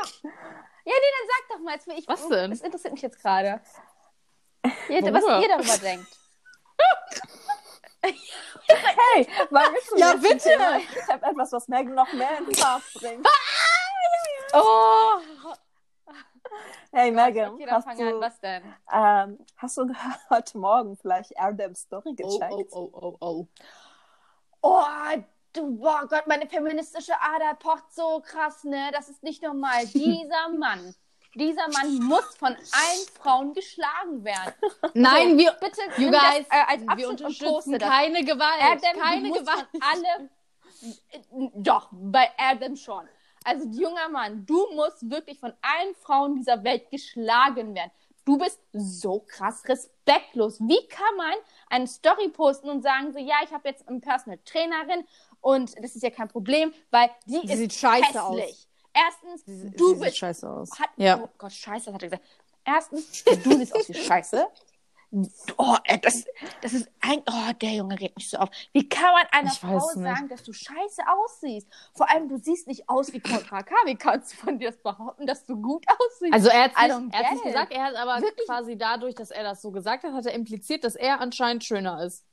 [SPEAKER 2] nee, dann sag doch mal. Jetzt, will ich, oh,
[SPEAKER 3] Was denn?
[SPEAKER 2] Das interessiert mich jetzt gerade. Ja,
[SPEAKER 3] Worüber?
[SPEAKER 2] was ihr darüber denkt.
[SPEAKER 1] Hey, weil wir zum
[SPEAKER 3] Ja,
[SPEAKER 1] nächsten
[SPEAKER 3] bitte.
[SPEAKER 1] Thema- Ich habe etwas, was Megan noch mehr in Fahrt bringt.
[SPEAKER 2] Oh,
[SPEAKER 1] Hey Megan,
[SPEAKER 2] okay, dann
[SPEAKER 1] genau. hast
[SPEAKER 2] fang an.
[SPEAKER 1] du,
[SPEAKER 2] Was denn?
[SPEAKER 1] ähm, hast du heute Morgen vielleicht Erdem's Story
[SPEAKER 3] Oh,
[SPEAKER 1] gecheckt?
[SPEAKER 3] oh, oh, oh, oh.
[SPEAKER 2] Oh, du, boah Gott, meine feministische Ader pocht so krass, ne? Das ist nicht normal. Dieser Mann, dieser Mann muss von allen Frauen geschlagen werden.
[SPEAKER 3] Nein, wir,
[SPEAKER 2] Bitte,
[SPEAKER 3] you
[SPEAKER 2] nimm das,
[SPEAKER 3] guys,
[SPEAKER 2] äh, als Abschnitt
[SPEAKER 3] wir
[SPEAKER 2] und
[SPEAKER 3] unterstützen
[SPEAKER 2] poste das.
[SPEAKER 3] keine Gewalt.
[SPEAKER 2] Adam,
[SPEAKER 3] keine
[SPEAKER 2] du musst
[SPEAKER 3] Gewalt.
[SPEAKER 2] von alle. Doch, bei Adam schon. Also, junger Mann, du musst wirklich von allen Frauen dieser Welt geschlagen werden. Du bist so krass respektlos. Wie kann man eine Story posten und sagen, so, ja, ich habe jetzt eine Personal Trainerin und das ist ja kein Problem, weil die
[SPEAKER 3] Sie
[SPEAKER 2] ist
[SPEAKER 3] sieht scheiße aus.
[SPEAKER 2] hässlich. Erstens,
[SPEAKER 3] Sie-
[SPEAKER 2] du
[SPEAKER 3] sie sieht
[SPEAKER 2] bist
[SPEAKER 3] scheiße aus.
[SPEAKER 2] hat,
[SPEAKER 3] Ja.
[SPEAKER 2] Oh Gott, scheiße, das hat er gesagt. Erstens, du siehst aus wie Scheiße. Oh, äh, das, das ist ein. Oh, der Junge regt mich so auf. Wie kann man einer
[SPEAKER 3] Ich
[SPEAKER 2] Frau
[SPEAKER 3] weiß nicht.
[SPEAKER 2] sagen, dass du scheiße aussiehst? Vor allem, du siehst nicht aus wie Kontra K. Wie kannst du von dir das behaupten, dass du gut aussiehst?
[SPEAKER 3] Also er hat
[SPEAKER 2] I
[SPEAKER 3] es
[SPEAKER 2] don't
[SPEAKER 3] nicht, er hat's
[SPEAKER 2] get
[SPEAKER 3] nicht
[SPEAKER 2] it.
[SPEAKER 3] gesagt, er hat aber
[SPEAKER 2] Wirklich?
[SPEAKER 3] quasi dadurch, dass er das so gesagt hat, hat er impliziert, dass er anscheinend schöner ist.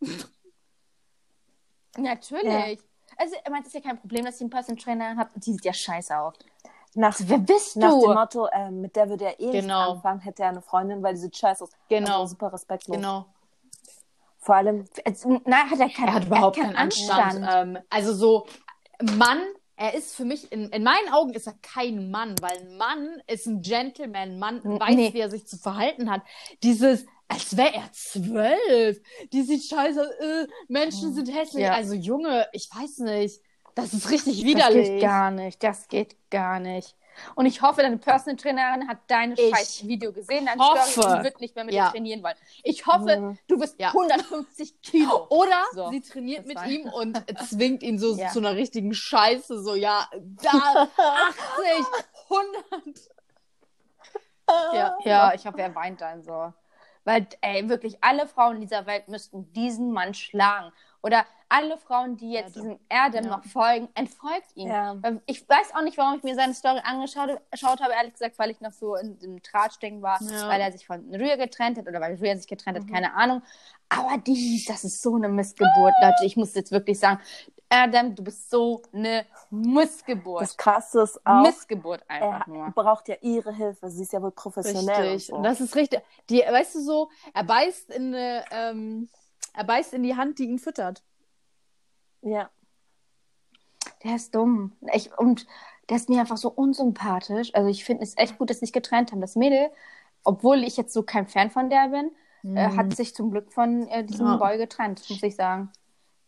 [SPEAKER 2] Natürlich. Also, er meint, es ist ja kein Problem, dass ich einen Personal Trainer habe. Die sieht ja scheiße aus.
[SPEAKER 1] Nach,
[SPEAKER 2] Wer bist
[SPEAKER 1] nach
[SPEAKER 2] du?
[SPEAKER 1] dem Motto, ähm, mit der würde er eh nicht
[SPEAKER 3] Genau.
[SPEAKER 1] anfangen, hätte er eine Freundin, weil die sieht scheiße aus.
[SPEAKER 3] Genau.
[SPEAKER 1] Also super respektlos.
[SPEAKER 3] Genau.
[SPEAKER 1] Vor allem,
[SPEAKER 2] Also, nein, hat er keinen
[SPEAKER 3] Er hat überhaupt keinen Anstand. Ähm, also so Mann Er ist für mich, in, in meinen Augen ist er kein Mann, weil ein Mann ist ein Gentleman. Ein Mann
[SPEAKER 2] N-
[SPEAKER 3] weiß,
[SPEAKER 2] nee.
[SPEAKER 3] wie er sich zu verhalten hat. Dieses, als wäre er zwölf. Die sieht scheiße, aus, äh, Menschen sind hässlich.
[SPEAKER 2] Hm. Ja.
[SPEAKER 3] Also Junge, ich weiß nicht. Das ist richtig
[SPEAKER 2] Das
[SPEAKER 3] widerlich.
[SPEAKER 2] geht gar nicht. Das geht gar nicht. Und ich hoffe, deine Personal Trainerin hat dein
[SPEAKER 3] Ich
[SPEAKER 2] scheiß Video gesehen. Dann
[SPEAKER 3] hoffe.
[SPEAKER 2] Story, die wird nicht mehr mit
[SPEAKER 3] Ja.
[SPEAKER 2] dir trainieren wollen. Ich hoffe,
[SPEAKER 1] Ja.
[SPEAKER 2] du bist
[SPEAKER 3] Ja.
[SPEAKER 2] 150 Kilo.
[SPEAKER 3] Oder
[SPEAKER 2] So,
[SPEAKER 3] sie trainiert
[SPEAKER 2] das
[SPEAKER 3] mit
[SPEAKER 2] war-
[SPEAKER 3] ihm und zwingt ihn so
[SPEAKER 2] Ja.
[SPEAKER 3] zu einer richtigen Scheiße. So, ja, da 80, 100.
[SPEAKER 2] Ja, ja ich hoffe, er weint dann so. Weil, ey, wirklich alle Frauen dieser Welt müssten diesen Mann schlagen. Oder alle Frauen, die jetzt
[SPEAKER 3] Erdem.
[SPEAKER 2] diesem Erdem
[SPEAKER 3] Ja.
[SPEAKER 2] noch folgen, entfolgt ihm.
[SPEAKER 1] Ja.
[SPEAKER 2] Weil Ich weiß auch nicht, warum ich mir seine Story angeschaut geschaut habe, ehrlich gesagt, weil ich noch so in dem Tratschding war,
[SPEAKER 3] Ja.
[SPEAKER 2] weil er sich von Rühe getrennt hat oder weil Rühe sich getrennt hat, keine Ahnung. Aber dies, das ist so eine Missgeburt, Leute. Ich muss jetzt wirklich sagen, Erdem, du bist so eine Missgeburt.
[SPEAKER 1] Das Krasse ist auch,
[SPEAKER 2] Missgeburt einfach
[SPEAKER 1] er
[SPEAKER 2] nur.
[SPEAKER 1] braucht ja ihre Hilfe. Sie ist ja wohl professionell.
[SPEAKER 3] Richtig.
[SPEAKER 1] Und
[SPEAKER 3] Und
[SPEAKER 1] so.
[SPEAKER 3] das ist richtig. Die, weißt du so, er beißt in eine, ähm, er beißt in die Hand, die ihn füttert.
[SPEAKER 1] ja.
[SPEAKER 2] Der ist dumm. Ich, und der ist mir einfach so unsympathisch. Also ich finde es echt gut, dass sie sich getrennt haben. Das Mädel, obwohl ich jetzt so kein Fan von der bin, äh, hat sich zum Glück von äh, diesem
[SPEAKER 3] Mhm. Ja.
[SPEAKER 2] Boy getrennt, muss ich sagen.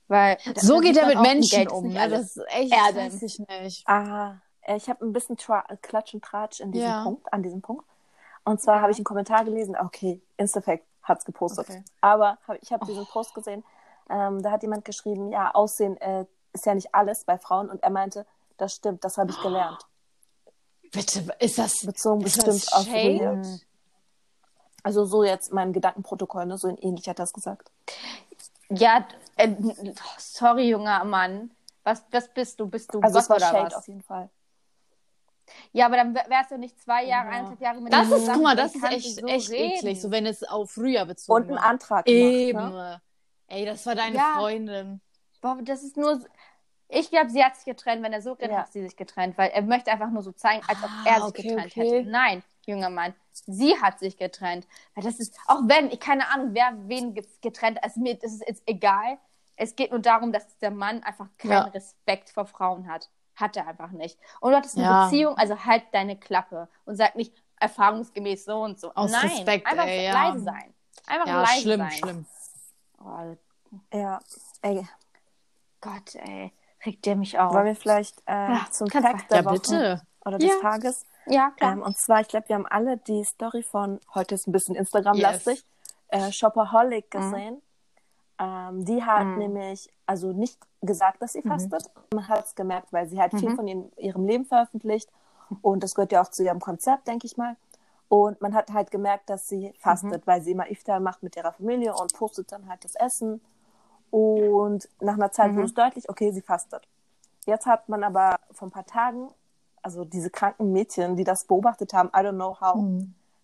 [SPEAKER 2] Weil
[SPEAKER 3] so
[SPEAKER 2] da
[SPEAKER 3] geht
[SPEAKER 2] sieht
[SPEAKER 3] er
[SPEAKER 2] man
[SPEAKER 3] mit
[SPEAKER 2] auch,
[SPEAKER 3] Menschen
[SPEAKER 2] Geld ist
[SPEAKER 3] um.
[SPEAKER 2] nicht
[SPEAKER 3] Ja,
[SPEAKER 2] alles.
[SPEAKER 3] das ist echt.
[SPEAKER 2] Erdem.
[SPEAKER 3] Weiß ich nicht.
[SPEAKER 1] Ah, ich habe ein bisschen Tra äh, Klatsch und Tratsch in diesem
[SPEAKER 3] Ja.
[SPEAKER 1] Punkt, an diesem Punkt. Und zwar habe ich einen Kommentar gelesen, okay, Instafact hat's gepostet.
[SPEAKER 3] Okay.
[SPEAKER 1] Aber hab, ich habe diesen Post gesehen, ähm, da hat jemand geschrieben, ja, Aussehen äh, ist ja nicht alles bei Frauen. Und er meinte, das stimmt, das habe ich gelernt.
[SPEAKER 3] Bitte, ist das,
[SPEAKER 1] Bezogen
[SPEAKER 3] ist
[SPEAKER 1] bestimmt
[SPEAKER 3] das
[SPEAKER 1] auf
[SPEAKER 3] Shade?
[SPEAKER 1] Julia. Also so jetzt mein Gedankenprotokoll, ne? so in ähnlich hat er das gesagt.
[SPEAKER 2] Ja, äh, sorry, junger Mann. Was, was bist du? Bist du
[SPEAKER 1] Also es
[SPEAKER 2] Gott
[SPEAKER 1] war
[SPEAKER 2] oder
[SPEAKER 1] Shade
[SPEAKER 2] was?
[SPEAKER 1] auf jeden Fall.
[SPEAKER 2] Ja, aber dann wär- wärst du nicht zwei Jahre,
[SPEAKER 3] Ja.
[SPEAKER 2] eineinhalb Jahre mit
[SPEAKER 3] Das
[SPEAKER 2] ihm
[SPEAKER 3] ist,
[SPEAKER 2] zusammen,
[SPEAKER 3] guck mal,
[SPEAKER 2] dann
[SPEAKER 3] das ist
[SPEAKER 2] kannst
[SPEAKER 3] echt,
[SPEAKER 2] du so
[SPEAKER 3] echt
[SPEAKER 2] reden.
[SPEAKER 3] eklig, so wenn es auf früher bezogen
[SPEAKER 1] Und einen
[SPEAKER 3] war.
[SPEAKER 1] Antrag
[SPEAKER 3] genau. Eben.
[SPEAKER 1] gemacht. Ne?
[SPEAKER 3] Ey, das war deine
[SPEAKER 2] Ja.
[SPEAKER 3] Freundin.
[SPEAKER 2] Boah, das ist nur. Ich glaube, sie hat sich getrennt. Wenn er so redet,
[SPEAKER 1] Ja.
[SPEAKER 2] hat sie sich getrennt, weil er möchte einfach nur so zeigen, als ob
[SPEAKER 3] Ah,
[SPEAKER 2] er sich
[SPEAKER 3] okay,
[SPEAKER 2] getrennt
[SPEAKER 3] okay.
[SPEAKER 2] hätte. Nein, junger Mann, sie hat sich getrennt. Weil das ist, auch wenn, ich keine Ahnung, wer wen ge- getrennt ist, mir das ist jetzt egal. Es geht nur darum, dass der Mann einfach keinen
[SPEAKER 3] Ja.
[SPEAKER 2] Respekt vor Frauen hat. Hat er einfach nicht. Und du hattest eine
[SPEAKER 3] Ja.
[SPEAKER 2] Beziehung, also halt deine Klappe und sag nicht erfahrungsgemäß so und so.
[SPEAKER 3] Aus
[SPEAKER 2] Nein,
[SPEAKER 3] Respekt,
[SPEAKER 2] einfach
[SPEAKER 3] ey, ja.
[SPEAKER 2] leise sein. Einfach
[SPEAKER 3] Ja,
[SPEAKER 2] leise
[SPEAKER 3] schlimm,
[SPEAKER 2] sein.
[SPEAKER 3] schlimm.
[SPEAKER 2] Oh
[SPEAKER 1] Ja. Ey,
[SPEAKER 2] Gott, ey, regt der mich auf.
[SPEAKER 1] wollen wir vielleicht äh,
[SPEAKER 2] Ja,
[SPEAKER 1] zum
[SPEAKER 2] kannst
[SPEAKER 1] Fact der
[SPEAKER 3] Ja,
[SPEAKER 1] Woche
[SPEAKER 3] bitte.
[SPEAKER 1] oder des
[SPEAKER 2] Ja.
[SPEAKER 1] Tages
[SPEAKER 2] Ja, klar.
[SPEAKER 1] Ähm, und zwar, ich glaube, wir haben alle die Story von, heute ist ein bisschen Instagram-lastig, äh, Shopaholic gesehen. Ähm, die hat
[SPEAKER 2] Mhm.
[SPEAKER 1] nämlich, also nicht gesagt, dass sie fastet. Man hat es gemerkt, weil sie hat viel
[SPEAKER 2] Mhm.
[SPEAKER 1] von ihrem, ihrem Leben veröffentlicht. Und das gehört ja auch zu ihrem Konzept, denke ich mal. Und man hat halt gemerkt, dass
[SPEAKER 2] Mhm.
[SPEAKER 1] sie fastet, weil sie immer Iftar macht mit ihrer Familie und postet dann halt das Essen. Und nach einer Zeit wurde es deutlich, okay, sie fastet. Jetzt hat man aber vor ein paar Tagen, also diese kranken Mädchen, die das beobachtet haben, I don't know how,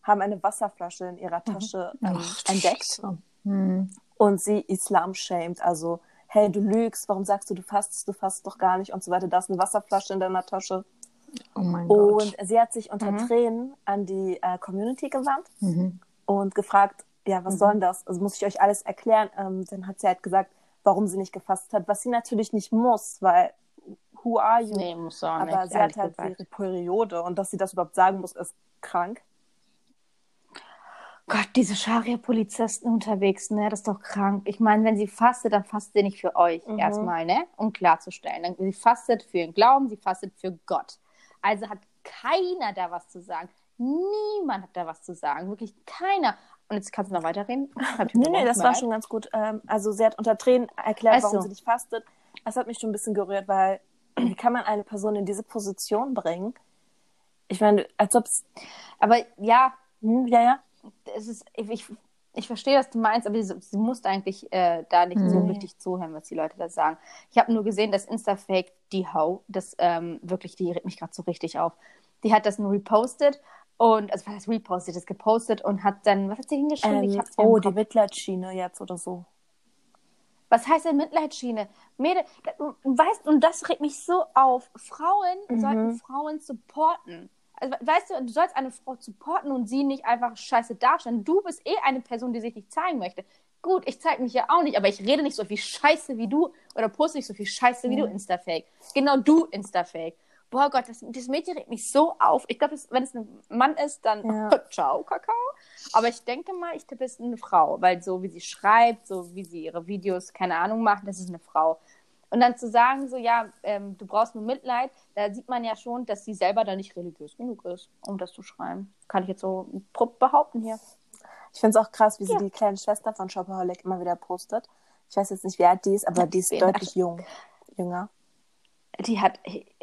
[SPEAKER 1] haben eine Wasserflasche in ihrer Tasche ähm, entdeckt und sie Islam shamed, also hey, du lügst, warum sagst du, du fastest, du fastest doch gar nicht und so weiter. Da ist eine Wasserflasche in deiner Tasche.
[SPEAKER 3] Oh mein Mhm.
[SPEAKER 1] Und sie hat sich unter Tränen an die äh, Community gewandt und gefragt, ja,
[SPEAKER 3] Mhm.
[SPEAKER 1] was soll denn das? Also muss ich euch alles erklären? Ähm, dann hat sie halt gesagt, warum sie nicht gefasst hat, was sie natürlich nicht muss, weil who are you?
[SPEAKER 2] Nee, muss auch nicht.
[SPEAKER 1] Aber sie
[SPEAKER 2] ehrlich
[SPEAKER 1] hat halt
[SPEAKER 2] gesagt.
[SPEAKER 1] ihre Periode und dass sie das überhaupt sagen muss, ist krank.
[SPEAKER 2] Gott, diese Scharia-Polizisten unterwegs, ne? Das ist doch krank. Ich meine, wenn sie fastet, dann fastet sie nicht für euch erstmal, ne? Um klarzustellen. Dann, sie fastet für ihren Glauben, sie fastet für Gott. Also hat keiner da was zu sagen. Niemand hat da was zu sagen. Wirklich keiner. Und jetzt kannst du noch weiterreden. Hab ich
[SPEAKER 1] Nee, nee,
[SPEAKER 2] überhaupt
[SPEAKER 1] das
[SPEAKER 2] mal
[SPEAKER 1] war
[SPEAKER 2] leid.
[SPEAKER 1] schon ganz gut. Ähm, also sie hat unter Tränen erklärt,
[SPEAKER 2] Ach so.
[SPEAKER 1] warum sie nicht fastet. Das hat mich schon ein bisschen gerührt, weil wie kann man eine Person in diese Position bringen? Ich meine, als ob es,
[SPEAKER 2] Aber ja,
[SPEAKER 1] hm, ja, ja,
[SPEAKER 2] es ist, ich, ich, ich verstehe, was du meinst, aber sie, sie muss eigentlich äh, da nicht so
[SPEAKER 3] Mhm.
[SPEAKER 2] richtig zuhören, was die Leute da sagen. Ich habe nur gesehen, dass Instafake, die Hau, das ähm, wirklich, die regt mich gerade so richtig auf. Die hat das nur repostet und, also was heißt repostet, das gepostet und hat dann, was hat sie hingeschrieben? ich
[SPEAKER 1] ähm,
[SPEAKER 2] hab's mir im
[SPEAKER 1] oh,
[SPEAKER 2] Kopf.
[SPEAKER 1] die Mitleidsschiene jetzt oder so.
[SPEAKER 2] Was heißt denn Mitleidsschiene? Mädel, da- weißt und das regt mich so auf. Frauen sollten Frauen supporten. Also, we- weißt du, du sollst eine Frau supporten und sie nicht einfach scheiße darstellen. Du bist eh eine Person, die sich nicht zeigen möchte. Gut, ich zeig mich ja auch nicht, aber ich rede nicht so viel Scheiße wie du oder poste nicht so viel Scheiße wie du Instafake. Genau du Instafake. Boah Gott, das, das Mädchen regt mich so auf. Ich glaube, wenn es ein Mann ist, dann
[SPEAKER 1] Ja.
[SPEAKER 2] ciao, Kakao. Aber ich denke mal, ich tippe es ist eine Frau, weil so wie sie schreibt, so wie sie ihre Videos, keine Ahnung, macht, das ist eine Frau. Und dann zu sagen, so, ja, ähm, du brauchst nur Mitleid, da sieht man ja schon, dass sie selber da nicht religiös genug ist, um das zu schreiben. Kann ich jetzt so grob behaupten hier.
[SPEAKER 1] Ich finde es auch krass, wie sie
[SPEAKER 2] Ja.
[SPEAKER 1] die kleine Schwester von Shopaholic immer wieder postet. Ich weiß jetzt nicht, wie alt die ist, aber die ist
[SPEAKER 2] Zehn,
[SPEAKER 1] deutlich
[SPEAKER 2] acht.
[SPEAKER 1] jung. Jünger.
[SPEAKER 2] Die hat,